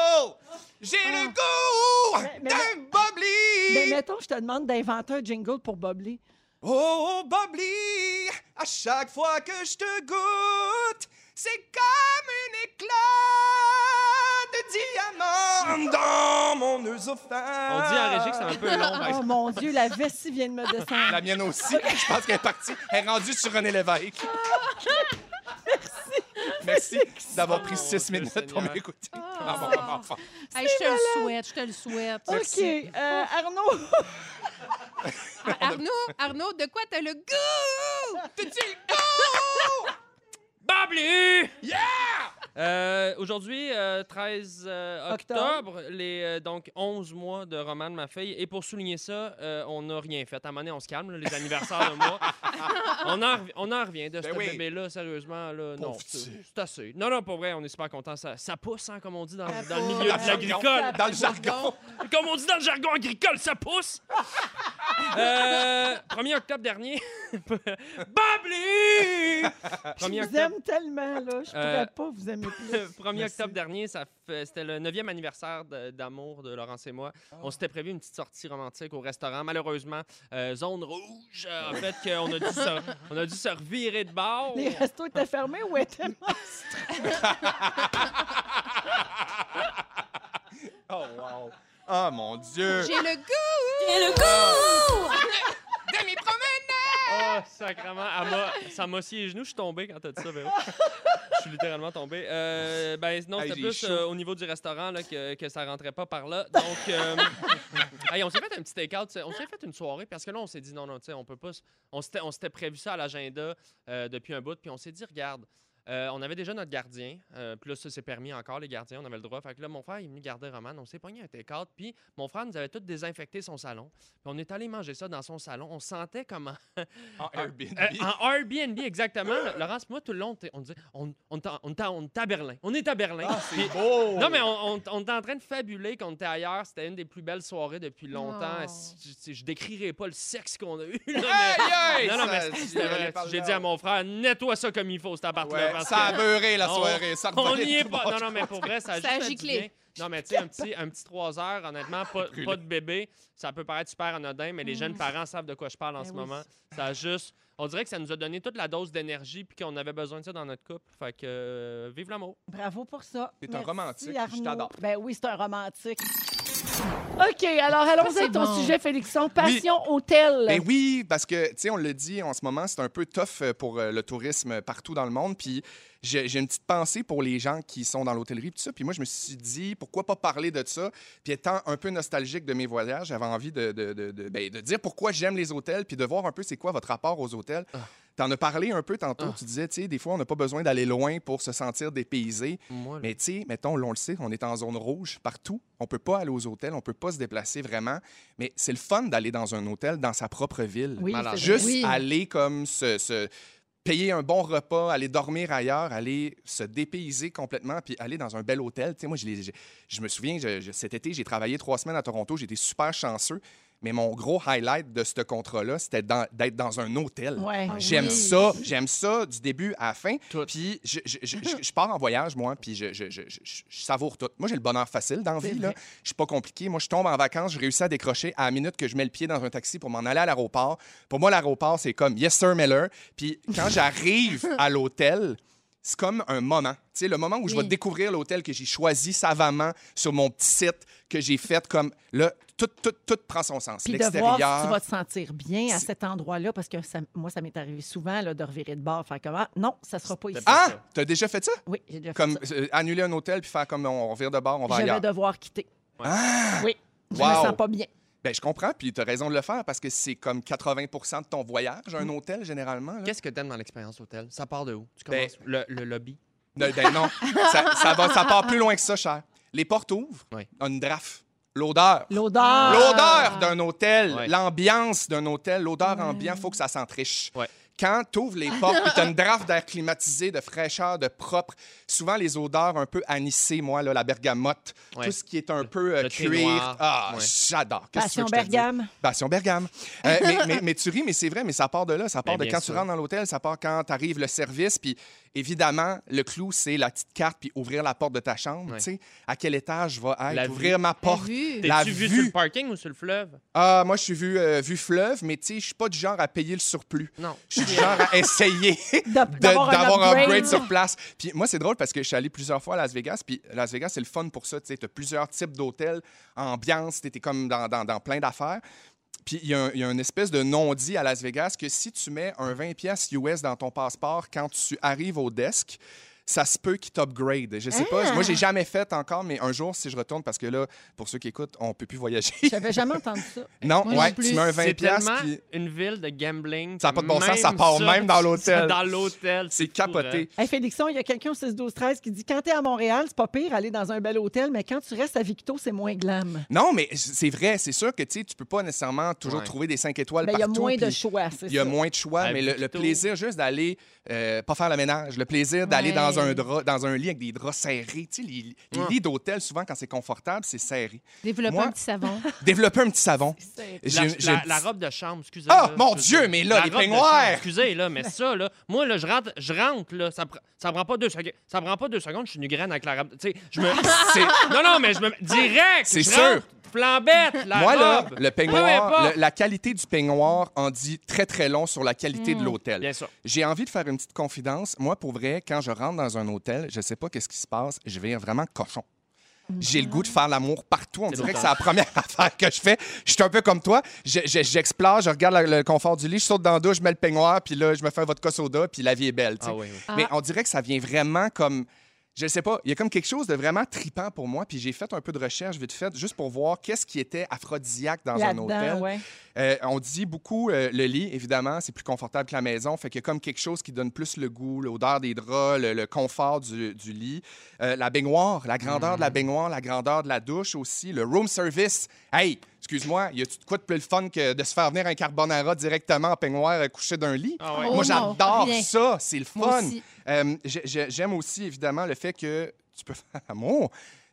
S1: J'ai le goût
S3: mais-
S1: d'un Bobli!
S3: Mais Ben, mettons, je te demande d'inventer un jingle pour Boblé.
S1: Oh, Bobli! À chaque fois que je te goûte, c'est comme un éclat de diamant dans mon œsophage.
S4: On dit en régie que c'est un peu long.
S3: Oh mon Dieu, la vessie vient de me descendre.
S1: La mienne aussi. Je pense qu'elle est partie. Elle est rendue sur René Lévesque. Merci. Merci d'avoir pris
S4: Oh,
S1: six
S4: Dieu
S1: minutes pour
S4: Seigneur.
S1: m'écouter. Ah, bon, bon, bon.
S2: Hey, je te le souhaite, je te le souhaite.
S3: OK. euh, Arnaud,
S2: Ah, Arnaud, Arnaud, de quoi t'as le goût?
S4: Bablu! Yeah! Aujourd'hui, euh, 13 euh,
S3: Octobre.
S4: octobre, les, euh, donc 11 mois de roman de ma fille. Et pour souligner ça, euh, on n'a rien fait. À un moment donné, on se calme, là, les anniversaires de mois. on, en, rev- on en revient de
S1: Ben
S4: ce
S1: oui.
S4: bébé-là, sérieusement. Là, non,
S1: Pauvre
S4: c'est
S1: petit.
S4: c'est assez. Non, non, pour vrai, on est super contents. Ça, ça pousse, hein, comme on dit dans,
S3: Ça
S4: dans le
S3: pousse.
S4: milieu
S1: Dans le
S4: de l'agricole.
S1: Dans le jargon.
S4: Comme on dit dans le jargon agricole, ça pousse! Euh, 1er octobre dernier. Babli!
S3: je
S4: 1er
S3: vous
S4: octobre.
S3: aime tellement, là. Je
S4: Euh,
S3: pourrais pas vous aimer plus.
S4: Le 1er
S3: Merci.
S4: octobre dernier, ça fait- c'était le 9e anniversaire de- d'amour de Laurence et moi.
S3: Ah.
S4: On s'était prévu une petite sortie romantique au restaurant. Malheureusement, euh, zone rouge, euh, en fait, qu'on a dû se, on a dû se revirer de bord.
S3: Les restos étaient fermés ou étaient
S1: Oh, wow. Oh, mon Dieu.
S2: J'ai le goût!
S4: Oh, sacrement. elle m'a- ça m'a scié les genoux. Je suis tombé quand t'as dit ça, Véro. Je suis littéralement tombé. Euh, ben, non,
S1: Hey,
S4: c'était
S1: j'ai
S4: plus
S1: chaud.
S4: euh, au niveau du restaurant là, que, que ça rentrait pas par là. Donc, euh, hey, on s'est fait un petit take-out. tu sais, On s'est fait une soirée parce que là, on s'est dit non, non, tu sais, on peut pas. s- On s'était on s'était prévu ça à l'agenda euh, depuis un bout. Puis on s'est dit, regarde, Euh, on avait déjà notre gardien. euh, puis là, ça, c'est permis encore, les gardiens. On avait le droit. Fait que là, mon frère, il est venu garder Roman. On s'est pogné un T4. Puis mon frère nous avait tout désinfecté son salon. Puis on est allé manger ça dans son salon. On sentait comment.
S1: En Airbnb.
S4: Euh, en Airbnb, exactement. Le- Laurence, moi, tout le long, t'es- on disait on, on, t'a- on, t'a- on est à Berlin. On est à Berlin. Puis-
S1: Ah, beau!
S4: Non, mais on, on- on était en train de fabuler qu'on était ailleurs. C'était une des plus belles soirées depuis longtemps.
S2: Oh.
S4: Si- si- Je, décrirai pas le sexe qu'on a eu. là, mais-
S1: Aïe, aïe!
S4: non, non, mais
S1: ça,
S4: c'était-
S1: j'en avais
S4: c'était-
S1: parlé
S4: J'ai dit à mon frère, nettoie ça comme il faut, cet
S1: avant.
S4: appart-là.
S1: Ouais,
S4: parce
S1: ça a
S4: que-
S1: beurré la
S4: on-
S1: soirée. ça
S4: on
S1: revenait
S4: n'y est
S1: tout
S4: pas.
S1: bon.
S4: Non, non, mais pour vrai, ça a
S2: Ça a
S4: juste fait du
S2: giclé.
S4: bien. Non, mais tu sais, un petit, un petit 3 heures, honnêtement, pas,
S1: brûlé.
S4: pas de bébé, ça peut paraître super anodin, mais les
S2: Mm.
S4: jeunes parents savent de quoi je parle en
S2: Ben
S4: ce
S2: oui.
S4: moment. Ça a juste. On dirait que ça nous a donné toute la dose d'énergie puis qu'on avait besoin de ça dans notre couple. Fait que euh, vive l'amour.
S3: Bravo pour ça.
S1: T'es un
S3: Merci,
S1: romantique,
S3: Arnaud.
S1: je t'adore.
S3: Ben oui, c'est un romantique.
S8: OK, alors allons-y avec ton
S2: bon.
S8: sujet, Félixon. Passion hôtel.
S1: Ben oui, parce que, tu sais, on le dit en ce moment, c'est un peu tough euh, pour euh, le tourisme partout dans le monde. Puis j'ai j'ai une petite pensée pour les gens qui sont dans l'hôtellerie, puis tout ça. Puis moi, je me suis dit, pourquoi pas parler de ça? Puis étant un peu nostalgique de mes voyages, j'avais envie de, de, de- de- ben, de dire pourquoi j'aime les hôtels, puis de voir un peu c'est quoi votre rapport aux hôtels. T'en as parlé un peu tantôt,
S4: Ah.
S1: tu disais, tu sais, des fois, on n'a pas besoin d'aller loin pour se sentir dépaysé.
S4: Moi,
S1: Mais tu sais, mettons, on le sait, on est en zone rouge partout. On peut pas aller aux hôtels, on peut pas se déplacer vraiment. Mais c'est le fun d'aller dans un hôtel dans sa propre ville.
S3: Oui,
S4: Malade.
S3: c'est vrai.
S1: Juste
S2: Oui.
S1: aller comme se, se- payer un bon repas, aller dormir ailleurs, aller se dépayser complètement, puis aller dans un bel hôtel. Tu sais, moi, je, l'ai- je- je me souviens, je- je- cet été, j'ai travaillé trois semaines à Toronto, j'étais super chanceux. Mais mon gros highlight de ce contrat-là, c'était dans- d'être dans un hôtel.
S3: Ouais.
S8: Ah
S1: J'aime
S2: oui.
S1: ça, j'aime ça du début à la fin.
S4: Tout.
S1: Puis je, je- je- je- je pars en voyage, moi, puis je, je- je- je- je savoure tout. Moi, j'ai le bonheur facile dans la vie. là. Je suis pas compliqué. Moi, je tombe en vacances, je réussis à décrocher à la minute que je mets le pied dans un taxi pour m'en aller à l'aéroport. Pour moi, l'aéroport, c'est comme Yes, sir, Miller. Puis quand j'arrive à l'hôtel, c'est comme un moment. Tu sais, le moment où je vais
S2: Oui.
S1: découvrir l'hôtel que j'ai choisi savamment sur mon petit site que j'ai fait comme. Là, tout, tout, tout prend son sens.
S8: Puis de voir
S1: L'extérieur.
S8: si tu vas te sentir bien à
S1: C'est-
S8: cet endroit-là, parce que ça- moi, ça m'est arrivé souvent là, de revirer de bord, faire comment? Non, ça sera pas ici.
S1: Ah! T'as déjà fait ça?
S8: Oui, j'ai déjà fait
S1: Comme
S8: ça.
S1: euh, annuler un hôtel puis faire comme on revient de bord, on va
S8: Je vais
S1: ailleurs.
S8: devoir quitter. Oui, je me
S1: Wow.
S8: sens pas bien.
S1: Ben, je comprends, puis tu as raison de le faire parce que c'est comme 80 de ton voyage, un hôtel, généralement. là.
S4: Qu'est-ce que t'aimes dans l'expérience hôtel? Ça part de où? Tu
S1: Ben,
S4: commences où? le, le lobby.
S1: Non, ben non, ça, ça va, ça part plus loin que ça, cher. Les portes ouvrent,
S4: Oui.
S1: on a une draft, l'odeur. Ah!
S8: L'odeur.
S1: L'odeur d'un hôtel,
S4: Ah. Ouais.
S1: l'ambiance d'un hôtel, l'odeur ambiante, il faut que ça sente riche.
S4: Ouais.
S1: Quand tu ouvres les portes, puis tu as une draft d'air climatisé, de fraîcheur, de propre, souvent les odeurs un peu anisées, moi, là, la bergamote,
S4: Ouais.
S1: tout ce qui est un peu euh,
S4: le thé
S1: cuir.
S4: noir.
S1: Ah,
S4: Ouais.
S1: j'adore. Qu'est-ce que tu
S8: Passion
S1: veux que je te dise?
S8: Bergame.
S1: Passion Bergame. Euh, mais, mais, mais tu ris, mais c'est vrai, mais ça part de là. Ça part
S4: Ben,
S1: de
S4: bien
S1: quand
S4: sûr.
S1: tu rentres dans l'hôtel, ça part quand t'arrives le service. Puis évidemment, le clou, c'est la petite carte, puis ouvrir la porte de ta chambre.
S4: Ouais.
S1: Tu sais, à quel étage je vais être,
S4: La
S1: ouvrir ma porte.
S2: Vu.
S1: La
S4: T'es-tu vu sur
S1: vue.
S4: le parking ou sur le fleuve?
S1: Ah, moi, je suis vu, euh, vu fleuve, mais tu sais, je suis pas du genre à payer le surplus.
S4: Non.
S1: Je suis du genre à essayer
S8: De-
S1: de-
S8: D'avoir un
S1: d'avoir un
S8: upgrade.
S1: upgrade sur place. Puis moi, c'est drôle parce que je suis allé plusieurs fois à Las Vegas. Puis Las Vegas, c'est le fun pour ça. Tu sais, as plusieurs types d'hôtels, ambiance, tu comme dans, dans- dans plein d'affaires. Puis il y, a un- il y a une espèce de non-dit à Las Vegas que si tu mets un 20 pièces US dans ton passeport quand tu arrives au desk, ça se peut qu'il t'upgrade. Je sais pas. Moi, j'ai
S8: Ah.
S1: jamais fait encore, mais un jour, si je retourne, parce que là, pour ceux qui écoutent, on peut plus voyager.
S8: J'avais jamais entendu ça.
S1: non,
S2: Moi non
S1: ouais,
S2: plus.
S1: tu mets un
S4: C'est
S1: 20 pièces,
S4: tellement
S1: puis
S4: une ville de gambling.
S1: Ça a
S4: que
S1: pas de bon sens,
S4: même
S1: ça part même dans l'hôtel.
S4: Dans l'hôtel.
S1: c'est
S4: fou, hein?
S1: capoté.
S8: Hey, Félixon, il y a quelqu'un au 6-12-13 qui dit quand t'es à Montréal, c'est pas pire aller dans un bel hôtel, mais quand tu restes à Victo, c'est moins glam.
S1: Non, mais c'est vrai. C'est sûr que tu sais, tu peux pas nécessairement toujours
S4: Ouais.
S1: trouver des 5 étoiles
S8: Ben, Il y a
S1: partout.
S8: moins de
S1: puis-
S8: choix, c'est
S1: Il y a
S8: ça.
S1: moins de choix,
S4: Ah,
S1: mais le, le
S4: plutôt.
S1: plaisir juste d'aller, euh, pas faire le ménage, le plaisir d'aller
S2: Ouais.
S1: dans, un drap, dans un lit avec des draps serrés. Tu sais, les, les
S4: Ouais.
S1: lits d'hôtel, souvent, quand c'est confortable, c'est serré.
S2: Développer
S1: Moi-
S2: un petit savon.
S1: Développer un petit savon. J'ai-
S4: La,
S1: j'ai
S4: la-
S1: une petite-
S4: la robe de chambre, excusez.
S1: Ah,
S4: là,
S1: mon
S4: je-
S1: Dieu, mais là,
S4: la
S1: les
S4: robe de
S1: peignoirs!
S4: chambre, Excusez, là, mais ça, là, moi, là, je rentre, je rentre là, ça, pr- ça prend pas deux secondes, ça prend pas deux secondes, je suis une graine avec la robe. Tu sais, je me...
S1: C'est-
S4: non, non, mais je me... Direct!
S1: C'est
S4: je
S1: sûr.
S4: rentre, Flambette, la
S1: Moi, là,
S4: robe!
S1: le
S4: Peu
S1: peignoir,
S4: importe.
S1: le- la qualité du peignoir en dit très, très long sur la qualité
S8: Hmm.
S1: de l'hôtel.
S4: Bien sûr.
S1: J'ai envie de faire une petite confidence. Moi, pour vrai, quand je rentre dans un hôtel, je sais pas qu'est-ce qui se passe. Je vais vraiment cochon. J'ai le goût de faire l'amour partout. On
S4: C'est
S1: dirait que
S4: l'automne.
S1: c'est la première affaire que je fais. Je suis un peu comme toi. Je- je- J'explore, je regarde la- le confort du lit, je saute dans la douche, je mets le peignoir, puis là, je me fais un vodka soda, puis la vie est belle. tu sais.
S4: Ah oui, oui.
S1: Mais on dirait que ça vient vraiment comme Je sais pas, il y a comme quelque chose de vraiment tripant pour moi, puis j'ai fait un peu de recherche vite fait, juste pour voir qu'est-ce qui était aphrodisiaque dans un hôtel.
S8: Là-dedans, ouais.
S1: Euh, on dit beaucoup euh, le lit, évidemment, c'est plus confortable que la maison. Fait qu'il y a comme quelque chose qui donne plus le goût, l'odeur des draps, le, le confort du, du lit. Euh, la baignoire, la grandeur
S2: Mm.
S1: de la baignoire, la grandeur de la douche aussi. Le room service. Hey, excuse-moi, y a-tu de quoi de plus le fun que de se faire venir un carbonara directement en peignoir euh, couché d'un lit?
S4: Ah ouais.
S2: Oh
S1: Moi,
S2: non,
S1: j'adore
S2: rien.
S1: ça. C'est le
S2: Moi
S1: fun.
S2: aussi.
S1: Euh, j'ai- j'ai- J'aime aussi, évidemment, le fait que tu peux faire l'amour.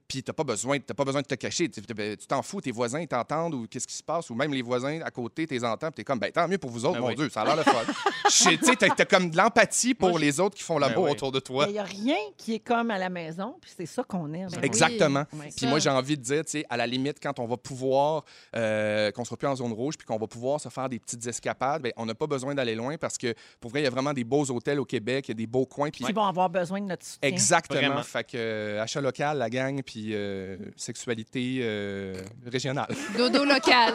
S1: Puis t'as pas besoin, t'as pas besoin de te cacher. Tu tu t'en fous, tes voisins ils t'entendent ou qu'est-ce qui se passe, ou même les voisins à côté t'es entends, puis t'es comme ben tant mieux pour vous autres,
S4: Ben
S1: mon
S4: oui.
S1: Dieu, ça a l'air le fun. Je- Tu sais, t'as t'as comme de l'empathie pour
S4: Moi, je-
S1: les autres qui font l'amour
S4: Ben oui.
S1: autour de toi.
S8: Mais il n'y a rien qui est comme à la maison, puis c'est ça qu'on aime.
S2: Ben
S1: Exactement.
S8: Oui,
S1: Puis
S2: ça.
S1: moi, j'ai envie de dire, tu sais, à la limite, quand on va pouvoir, euh, qu'on sera plus en zone rouge, puis qu'on va pouvoir se faire des petites escapades, ben, on n'a pas besoin d'aller loin parce que, pour vrai, il y a vraiment des beaux hôtels au Québec, il y a des beaux coins. Puis
S8: Qui vont avoir besoin de notre soutien.
S1: Exactement.
S4: Vraiment.
S1: Fait que, euh, achat local, la gang, puis euh, sexualité euh, régionale.
S2: Dodo local.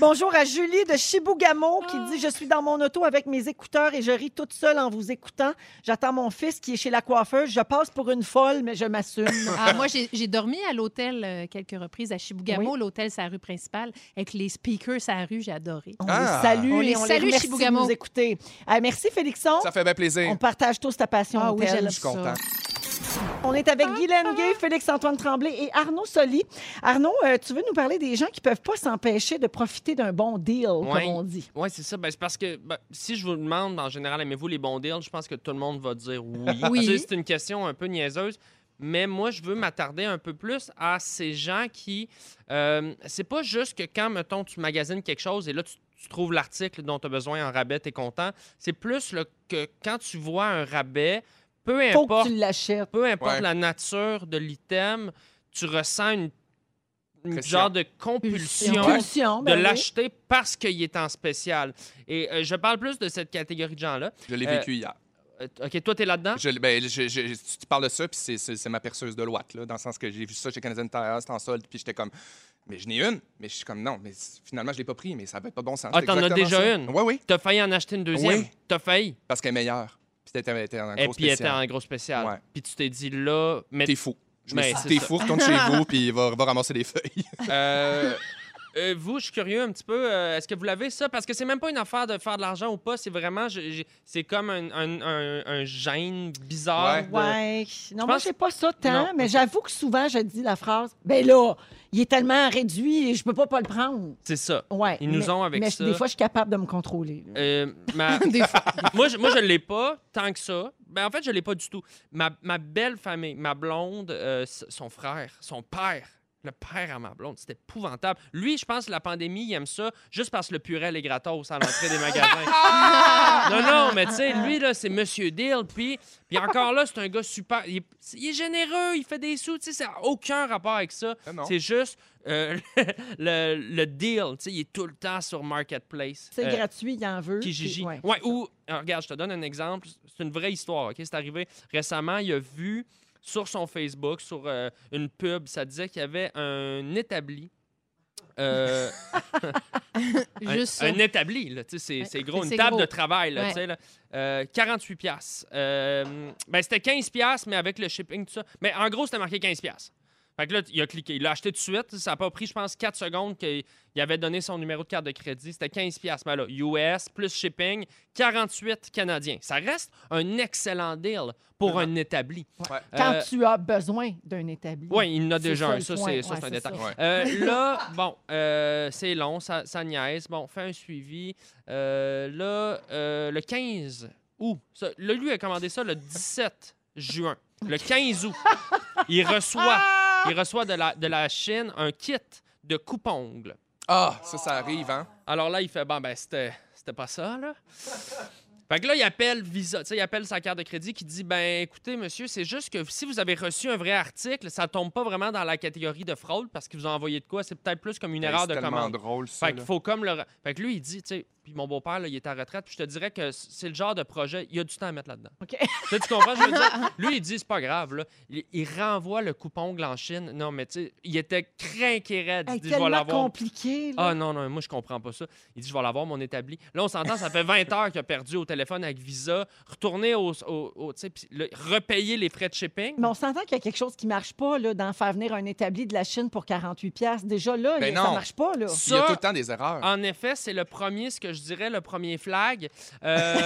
S8: Bonjour à Julie de Chibougamau
S2: Ah.
S8: qui dit Je suis dans mon auto avec mes écouteurs et je ris toute seule en vous écoutant. J'attends mon fils qui est chez la coiffeuse. Je passe pour une folle, mais je m'assume.
S2: Ah, moi, j'ai j'ai dormi à l'hôtel euh, quelques reprises à Chibougamau, l'hôtel, sa rue principale, avec les speakers, sa rue, j'ai adoré.
S8: On
S1: Ah.
S8: les salue
S2: On
S8: et
S2: les
S8: on
S2: salue,
S8: les remercie de
S2: Chibougamau.
S8: nous écouter. Ah, merci, Félixon.
S1: Ça fait bien
S8: On
S1: plaisir.
S8: partage tous ta passion.
S2: Ah oui,
S8: hôtel.
S2: j'aime Ah,
S1: Je suis content.
S8: On est avec Guylaine Gay, Félix-Antoine Tremblay et Arnaud Soli. Arnaud, euh, tu veux nous parler des gens qui peuvent pas s'empêcher de profiter d'un bon deal,
S4: Ouais.
S8: comme on dit.
S4: Oui, c'est ça. Ben, c'est parce que ben, si je vous demande, en général, aimez-vous les bons deals, je pense que tout le monde va dire oui.
S2: Oui.
S4: Tu sais, C'est une question un peu niaiseuse. Mais moi, je veux m'attarder un peu plus à ces gens qui. euh, c'est pas juste que quand, mettons, tu magasines quelque chose et là, tu, tu trouves l'article dont tu as besoin en rabais, tu es content. C'est plus le, que quand tu vois un rabais, peu
S8: Faut que
S4: importe
S8: tu l'achètes.
S4: peu importe
S1: Ouais.
S4: la nature de l'item, tu ressens une, une
S1: Pression.
S4: genre de compulsion
S1: Ouais.
S8: Pulsion,
S4: de
S8: ben oui.
S4: l'acheter parce qu'il est en spécial. Et euh, je parle plus de cette catégorie de gens-là.
S1: Je l'ai
S4: Euh,
S1: vécu hier.
S4: Euh, OK, toi, t'es là-dedans?
S1: Je, ben, je- je- je- tu parles de ça, puis c'est- c'est c'est ma perceuse de l'ouate, là, dans le sens que j'ai vu ça chez Canadian Tire, c'était en solde, puis j'étais comme, mais je n'ai une, mais je suis comme, non, mais c- finalement, je l'ai pas pris, mais ça va être pas de bon sens.
S4: Ah, t'en as déjà une?
S1: Oui, oui,
S4: T'as failli en acheter une deuxième.
S1: Oui.
S4: T'as failli.
S1: parce qu'elle est meilleure. Puis t'étais t'étais en
S4: Et
S1: gros
S4: puis, elle était
S1: spécial.
S4: en gros spécial.
S1: Ouais.
S4: Puis, tu t'es dit là. Mais
S1: T'es fou. Je me
S4: Ben,
S1: suis dit,
S4: c'est
S1: t'es
S4: ça.
S1: fou, retourne chez vous, puis va, va ramasser des feuilles.
S4: Euh, euh, vous, je suis curieux un petit peu. euh, Est-ce que vous l'avez ça? Parce que c'est même pas une affaire de faire de l'argent ou pas. C'est vraiment. je- je- C'est comme un, un, un- un gène bizarre.
S1: Ouais.
S4: de-
S8: Ouais. Non, moi,
S4: pense-
S8: j'ai pas ça tant,
S4: Non.
S8: mais j'avoue que souvent, je dis la phrase Ben là, il est tellement réduit et je peux pas pas le prendre.
S4: C'est ça.
S8: Ouais.
S4: Ils nous
S8: mais-
S4: ont avec
S8: mais
S4: ça.
S8: des fois, je suis capable de me contrôler. là.
S4: Euh, ma-
S2: Des fois.
S4: moi, je, moi, je l'ai pas tant que ça. Ben, en fait, je l'ai pas du tout. Ma, ma belle famille, ma blonde, euh, s- son frère, son père, le père à ma blonde, c'était épouvantable. Lui, je pense que la pandémie, il aime ça juste parce que le purel est gratos à l'entrée des magasins. non, non, mais tu sais, lui, là, c'est Monsieur Deal. Puis, puis encore là, c'est un gars super. Il est, il est généreux, il fait des sous. Tu sais, ça n'a aucun rapport avec ça.
S1: Ah non.
S4: C'est juste euh, le, le deal. Tu sais, il est tout le temps sur Marketplace.
S8: C'est
S4: Euh,
S8: gratuit, il en veut.
S4: qui
S8: puis-
S4: Gigi.
S8: ouais.
S4: Ouais, ou, alors, regarde, je te donne un exemple. C'est une vraie histoire, OK? C'est arrivé récemment, il a vu sur son Facebook, sur euh, une pub, ça disait qu'il y avait un établi. euh, un,
S2: Juste ça.
S4: un établi, là, tu sais, c'est, c'est gros, une
S2: c'est
S4: table
S2: gros.
S4: de travail, là,
S2: Ouais.
S4: tu sais, là. Euh, 48 piastres. Euh, ben, c'était 15 piastres, mais avec le shipping, tout ça. Mais en gros, c'était marqué 15 piastres. Fait que là, il a cliqué. Il l'a acheté tout de suite. Ça n'a pas pris, je pense, 4 secondes qu'il il avait donné son numéro de carte de crédit. C'était 15 piastres. Mais là, US plus shipping, 48 Canadiens. Ça reste un excellent deal pour un établi.
S1: Ouais.
S8: Quand
S4: Euh,
S8: tu as besoin d'un établi.
S4: oui, il en a
S8: C'est
S4: déjà
S8: ça
S4: un.
S8: le
S4: Ça,
S8: point.
S4: c'est ça,
S8: Ouais,
S4: c'est un
S8: c'est
S4: détail.
S8: ça.
S1: Ouais.
S4: Euh, là, bon, euh, c'est long, ça, ça niaise. Bon, fais un suivi. Euh, là, euh, le 15 août. ça- là, lui a commandé ça le 17 juin. Le 15 août, il reçoit, il reçoit de, la, de la Chine un kit de coupe-ongles.
S1: Ah, ça, ça arrive, hein?
S4: Alors là, il fait bon, ben, c'était, c'était pas ça, là. Fait que là, il appelle Visa, tu sais, il appelle sa carte de crédit qui dit ben écoutez, monsieur, c'est juste que si vous avez reçu un vrai article, ça tombe pas vraiment dans la catégorie de fraude parce qu'ils vous ont envoyé de quoi, c'est peut-être plus comme une
S1: Hey,
S4: erreur
S1: Ben, c'est
S4: de
S1: tellement
S4: commande.
S1: drôle, ça.
S4: Fait
S1: là.
S4: qu'il faut comme le. Fait que lui, il dit, tu sais, Puis mon beau-père, là, il est à retraite. Puis je te dirais que c'est le genre de projet, il y a du temps à mettre là-dedans.
S3: OK.
S4: Tu sais, tu comprends? Je veux dire, lui, il dit, c'est pas grave. Là. Il, il renvoie le coupongle en Chine. Non, mais tu sais, il était craqué raide. Il
S3: Hey,
S4: dit, je vais
S3: tellement
S4: l'avoir.
S3: compliqué. là.
S4: Ah non, non, moi, je comprends pas ça. Il dit, je vais l'avoir, mon établi. Là, on s'entend, ça fait 20 heures qu'il a perdu au téléphone avec Visa. Retourner au. au, au- tu sais, puis le- repayer les frais de shipping.
S3: Mais on s'entend qu'il y a quelque chose qui marche pas là, d'en faire venir un établi de la Chine pour 48 pièces. Déjà là,
S1: Ben
S3: il- ça
S1: non.
S3: marche pas là.
S1: Il y a
S4: Ça-
S1: tout le temps des erreurs.
S4: En effet, c'est le premier, ce que je dirais, le premier flag. Euh,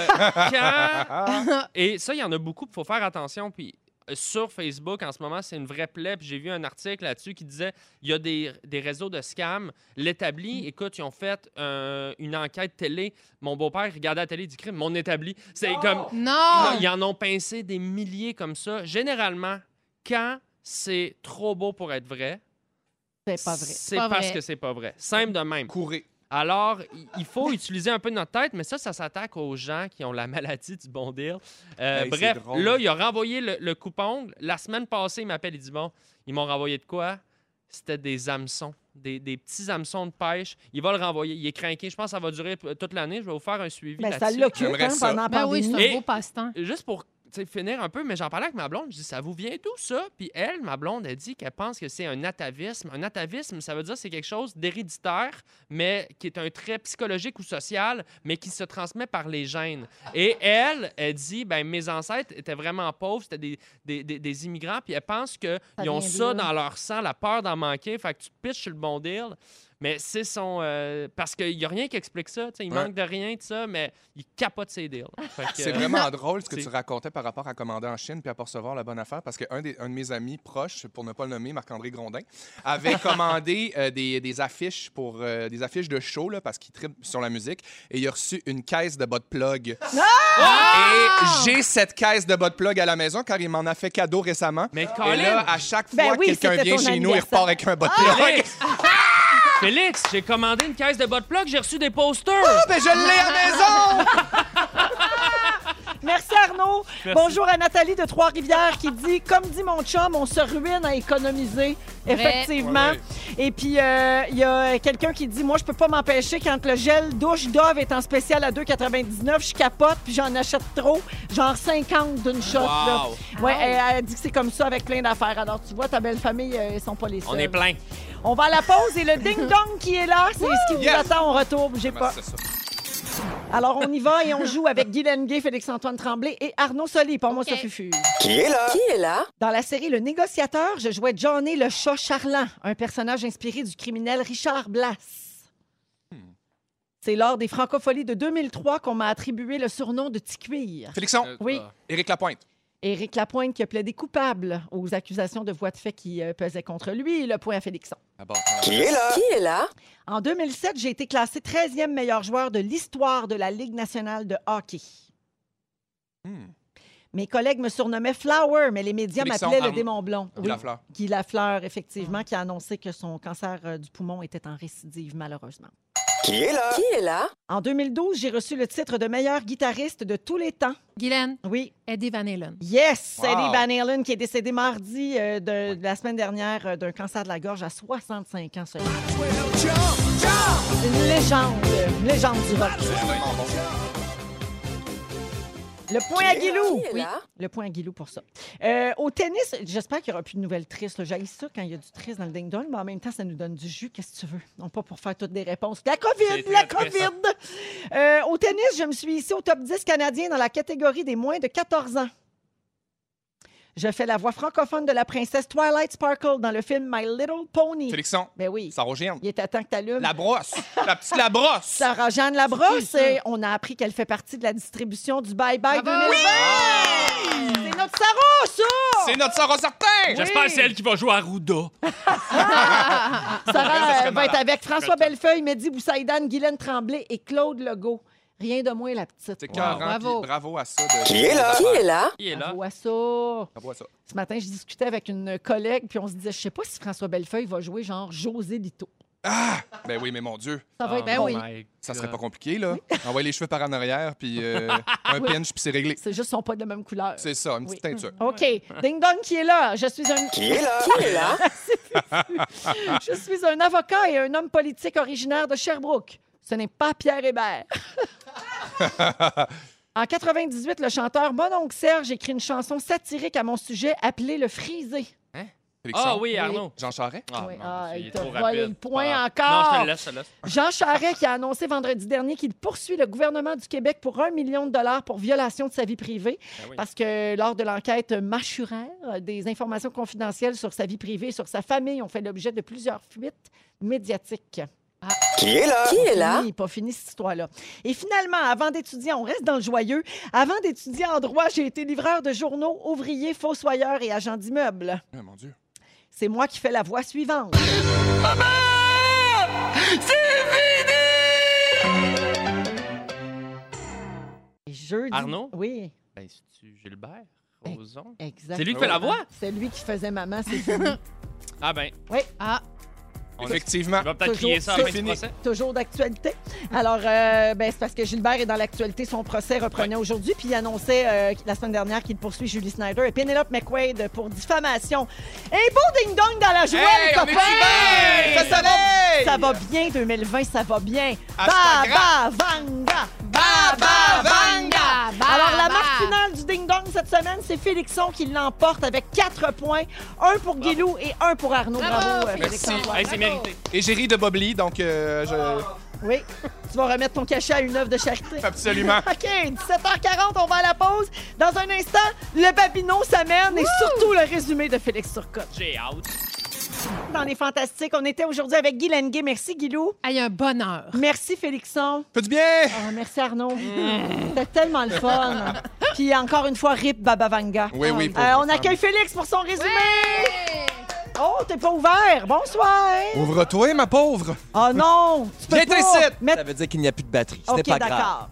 S4: quand- Et ça, il y en a beaucoup, il faut faire attention. Puis euh, sur Facebook, en ce moment, c'est une vraie plaie. Puis j'ai vu un article là-dessus qui disait il y a des, des réseaux de scams. L'établi, écoute, ils ont fait euh, une enquête télé. Mon beau-père regardait la télé du crime. Mon établi, c'est comme
S3: Ah!
S2: Non!
S4: ils en ont pincé des milliers comme ça. Généralement, quand c'est trop beau pour être vrai,
S3: C'est pas vrai.
S4: c'est
S2: Pas
S4: parce
S2: vrai.
S4: que c'est pas vrai. Simple de même.
S1: Courez.
S4: Alors, i- il faut utiliser un peu notre tête, mais ça, ça s'attaque aux gens qui ont la maladie du bon deal. Euh,
S1: Hey, c'est
S4: bref,
S1: drôle.
S4: là, il a renvoyé le, le coupon. La semaine passée, il m'appelle, il dit Bon, ils m'ont renvoyé de quoi C'était des hameçons, des, des petits hameçons de pêche. Il va le renvoyer. Il est craqué. Je pense que ça va durer p- toute l'année. Je vais vous faire un suivi.
S3: Ben, ça
S4: là-dessus.
S3: l'occupe
S1: J'aimerais
S3: hein,
S1: ça.
S3: pendant la
S2: Ben oui,
S3: pandémie.
S4: pandémie.
S2: c'est un beau
S4: Et-
S2: passe-temps.
S4: Juste pour tu sais, finir un peu, mais j'en parlais avec ma blonde. Je dis, ça vous vient d'où ça? Puis elle, ma blonde, elle dit qu'elle pense que c'est un atavisme. Un atavisme, ça veut dire que c'est quelque chose d'héréditaire, mais qui est un trait psychologique ou social, mais qui se transmet par les gènes. Et elle, elle dit, ben mes ancêtres étaient vraiment pauvres, c'était des, des, des- des immigrants, puis elle pense qu'ils
S2: vient
S4: ont
S2: de
S4: ça
S2: là.
S4: dans leur sang, la peur d'en manquer. Fait que tu te pitches sur le bon deal. Mais c'est son. euh, parce qu'il n'y a rien qui explique ça. tu sais, Il
S1: Ouais.
S4: manque de rien, de ça, mais il capote ses deals. Fait que- euh,
S1: C'est vraiment drôle ce que
S4: C'est-
S1: tu racontais par rapport à commander en Chine puis à percevoir la bonne affaire parce qu'un des- un de mes amis proches, pour ne pas le nommer, Marc-André Grondin, avait commandé euh, des, des affiches pour euh, des affiches de show là, parce qu'il tripe sur la musique et il a reçu une caisse de bas de plug.
S4: Ah!
S1: Et j'ai cette caisse de bas de plug à la maison car il m'en a fait cadeau récemment.
S4: Mais
S1: Et là,
S4: Colin,
S1: à chaque fois
S3: Ben oui,
S1: que quelqu'un
S3: c'était
S1: vient
S3: ton Ah!
S1: chez nous, il repart avec un bas de plug.
S4: Félix, Félix, j'ai commandé une caisse de bas de plug, j'ai reçu des posters.
S1: Mais Ah, ben je l'ai à la maison!
S3: Merci Arnaud. Bonjour à Nathalie de Trois-Rivières qui dit Comme dit mon chum, on se ruine à économiser. Effectivement.
S1: Ouais,
S3: Et puis, euh, il y a quelqu'un qui dit Moi, je peux pas m'empêcher quand le gel douche Dove est en spécial à 2,99. Je capote puis j'en achète trop, genre 50 d'une shot. là.
S4: Wow.
S3: Ouais, elle, elle dit que c'est comme ça avec plein d'affaires. Alors, tu vois, ta belle famille, euh, ils sont pas les seuls.
S4: On est plein.
S3: On va à la pause et le ding-dong qui est là, c'est ce qui vous
S1: Yes!
S3: attend. On retourne, j'ai pas.
S1: C'est ça.
S3: Alors, on y va et on joue avec Guy Lenguet, Félix-Antoine Tremblay et Arnaud Soli. Pour moi,
S2: OK.
S3: ça fufu.
S5: Qui est là?
S3: Dans la série Le Négociateur, je jouais Johnny le chat charlant, un personnage inspiré du criminel Richard Blas. C'est lors des Francopholies de 2003 qu'on m'a attribué le surnom de Ticuir.
S4: Euh,
S1: Félixon,
S3: Oui.
S1: Éric Lapointe.
S3: Éric Lapointe qui a plaidé coupable aux accusations de voies de fait qui euh, pesaient contre lui. Le point à Félixon.
S1: Ah bon.
S5: Qui est là?
S3: En 2007, j'ai été classé 13e meilleur joueur de l'histoire de la Ligue nationale de hockey.
S1: Hmm.
S3: Mes collègues me surnommaient Flower, mais les médias
S1: Félixon,
S3: m'appelaient le
S1: Arnaud.
S3: démon blond.
S1: Guy Lafleur. Ah.
S3: Guy Lafleur, effectivement, qui a annoncé que son cancer euh, du poumon était en récidive, malheureusement.
S5: Qui est là?
S3: En 2012, j'ai reçu le titre de meilleur guitariste de tous les temps.
S2: Guylaine,
S3: Oui,
S2: Eddie Van Halen.
S3: yes,
S1: Wow.
S3: Eddie Van Halen, qui est décédé mardi euh, de, de la semaine dernière euh, d'un cancer de la gorge à 65 ans seulement. Une légende, une légende du rock. Le point à Guilou.
S5: Qui est
S2: Oui.
S5: là?
S3: Le point à Guilou pour ça. Euh, au tennis, j'espère qu'il n'y aura plus de nouvelles tristes. J'ai ça quand il y a du triste dans le ding-dong, mais en même temps, ça nous donne du jus. Qu'est-ce que tu veux? Non pas pour faire toutes des réponses. La COVID,
S4: C'est
S3: la
S4: très
S3: COVID! Euh, au tennis, je me suis ici au top 10 canadien dans la catégorie des moins de 14 ans. Je fais la voix francophone de la princesse Twilight Sparkle dans le film My Little Pony.
S1: Félixon,
S3: Ben oui,
S1: Sarogène.
S3: il était temps que t'allumes.
S1: La brosse. la petite la brosse.
S3: Sarah Jeanne Labrosse,
S2: C'est qui, ça?
S3: et on a appris qu'elle fait partie de la distribution du Bye Bye
S2: Bravo!
S3: 2020. C'est notre Sarah, ça!
S1: C'est notre Sarah certain.
S4: J'espère que c'est elle qui va jouer à Ruda.
S1: Ça
S3: Sarah
S1: serait
S3: euh, va
S1: malade.
S3: être avec François Bellefeuille, Mehdi Boussaïdan, Guylaine Tremblay et Claude Legault. Rien de moins, la petite.
S1: C'est carrant,
S2: Bravo.
S1: puis bravo à ça. De...
S5: Qui est là? Qui est là?
S4: Ah, Il est là.
S3: Bravo à ça.
S1: Bravo à ça.
S3: Ce matin, je discutais avec une collègue, puis on se disait, je sais pas si François Bellefeuille va jouer genre José Lito.
S1: Ben oui, mais mon Dieu,
S3: Ça va
S4: Oh
S3: être
S2: ben
S3: bon.
S2: oui.
S4: my
S1: ça
S4: God.
S1: serait pas compliqué, là. Envoyer les cheveux par en arrière, puis euh, un pinch, puis c'est réglé.
S3: C'est juste qu'ils sont pas de la même couleur.
S1: C'est ça, une petite
S3: Oui.
S1: teinture.
S3: OK. Ding Dong qui est là. Je suis un...
S5: Qui est là? Qui est là?
S3: Je suis un avocat et un homme politique originaire de Sherbrooke. Ce n'est pas Pierre Hébert. en 98, le chanteur Mononcle Serge écrit une chanson satirique à mon sujet appelée Le Frisé.
S4: Ah
S1: Félixson?
S4: oui, Arnaud.
S1: Jean Charest?
S4: Ah,
S3: Oui,
S4: mon
S3: ah,
S4: Dieu, il
S3: il
S4: est
S3: t'a
S4: trop
S3: volé
S4: rapide.
S3: le
S4: Pas
S3: point
S4: grave.
S3: encore.
S4: Non, je te le laisse, je te le laisse.
S3: Jean Charest qui a annoncé vendredi dernier qu'il poursuit le gouvernement du Québec pour un million de dollars pour violation de sa vie privée.
S4: Ben oui.
S3: Parce que lors de l'enquête mâchuraire, des informations confidentielles sur sa vie privée et sur sa famille ont fait l'objet de plusieurs fuites médiatiques.
S5: Qui est là? Qui est là?
S3: Oui, pas fini cette histoire-là. Et finalement, avant d'étudier, on reste dans le joyeux. Avant d'étudier en droit, j'ai été livreur de journaux, ouvrier, fossoyeur et agent d'immeuble.
S1: Ah, mon Dieu.
S3: C'est moi qui fais la voix suivante. C'est fini! Jeudi.
S4: Arnaud?
S3: Oui,
S4: Ben, c'est-tu Gilbert?
S3: Ben,
S4: Rozon?
S3: exactement.
S4: C'est lui qui fait la voix?
S3: C'est lui qui faisait maman, c'est fini.
S4: Ah ben,
S2: Ah,
S4: on est-
S1: Effectivement.
S4: il va peut-être
S3: Toujours,
S4: crier ça à
S3: c'est
S4: la fin du
S1: fini.
S4: procès.
S3: Toujours d'actualité. Alors, euh, ben, c'est parce que Gilbert est dans l'actualité. Son procès reprenait aujourd'hui. Puis il annonçait euh, la semaine dernière qu'il poursuit Julie Snyder et Penelope McQuaid pour diffamation. Et beau ding-dong dans la joie,
S1: Hey, on
S3: les
S1: est
S3: copains!
S1: du vin!
S3: Ça, ça va,
S1: Soleil!
S3: ça va bien, 2020, ça va bien.
S1: Ah, Hashtag
S3: Baba Vanga! Baba Vanga!
S2: Ba,
S3: Alors, la
S2: ba.
S3: marque finale du ding-dong cette semaine, c'est Félixon qui l'emporte avec 4 points. Un pour Guilou et un pour Arnaud. Bravo,
S2: Bravo,
S3: euh,
S1: Félix.
S3: Félix-Antoine.
S4: Hey, c'est mérité.
S1: Et j'ai ri de Bob Lee, donc euh, je...
S3: Oui. Tu vas remettre ton cachet à une œuvre de charité.
S1: Absolument.
S3: OK, 17h40, on va à la pause. Dans un instant, le Babineau s'amène et surtout le résumé de Félix Turcotte.
S4: J'ai hâte.
S3: Dans les Fantastiques, on était aujourd'hui avec Guy Lenguet. Merci, Guilou.
S2: aïe, un bonheur.
S3: Merci, Félixon.
S1: Fait du bien!
S3: Ah, merci, Arnaud. C'était tellement le fun. Puis encore une fois, RIP Baba Vanga.
S1: Oui, oui.
S3: Euh, on accueille Félix pour son résumé. Oh, t'es pas ouvert. Bonsoir.
S1: Ouvre-toi, ma pauvre!
S3: Oh non, tu peux
S1: Viens
S3: pas.
S1: ici.
S3: Mettre...
S9: Ça veut dire qu'il n'y a plus de batterie. Ce
S3: OK,
S9: n'est pas grave.
S3: d'accord.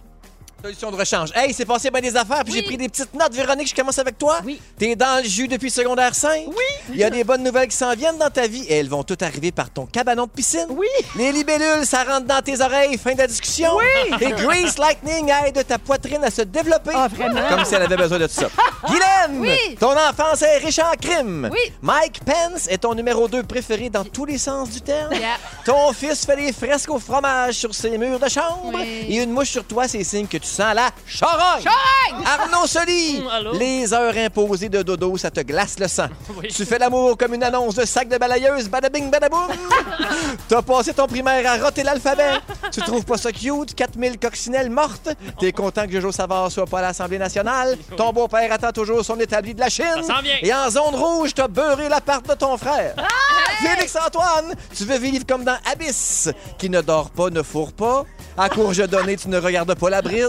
S9: Solution de rechange. Hey, c'est passé bien des affaires, puis j'ai pris des petites notes. Véronique, je commence avec toi.
S3: Oui.
S9: T'es dans le jus depuis secondaire 5. Oui. Il y a des bonnes nouvelles qui s'en viennent dans ta vie et elles vont toutes arriver par ton cabanon de piscine.
S3: Oui.
S9: Les libellules, ça rentre dans tes oreilles. Fin de la discussion. Oui. Et Grease Lightning aide ta poitrine à se développer.
S3: Ah, vraiment?
S9: Comme si elle avait besoin de tout ça. Guylaine, ton enfance est riche en crimes.
S2: Oui.
S9: Mike Pence est ton numéro 2 préféré dans tous les sens du terme.
S2: Yeah.
S9: Ton fils fait des fresques au fromage sur ses murs de chambre.
S2: Oui.
S9: Et une mouche sur toi, c'est signe que tu sens la charogne. Arnaud Soli,
S4: Mm, allô?
S9: les heures imposées de dodo, ça te glace le sang.
S4: Oui.
S9: Tu fais l'amour comme une annonce de sac de balayeuse, badabing, badaboum. T'as passé ton primaire à roter l'alphabet. tu trouves pas ça cute, 4000 coccinelles mortes. T'es content que Jojo Savard soit pas à l'Assemblée nationale. Ton beau-père attend toujours son établi de la Chine.
S4: Ça s'en vient.
S9: Et en zone rouge, t'as beurré l'appart de ton frère. Félix-Antoine, tu veux vivre comme dans Abyss, qui ne dort pas, ne fourre pas. À courge donnée, tu ne regardes pas la bride.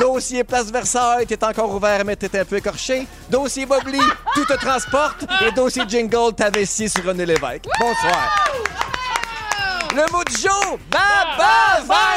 S9: Dossier Place Versailles, t'es encore ouvert, mais t'es un peu écorché. Dossier Bobli, tout te transporte. Et dossier Jingle, t'avais sur René Lévesque. Bonsoir. Le mot du jour, Baba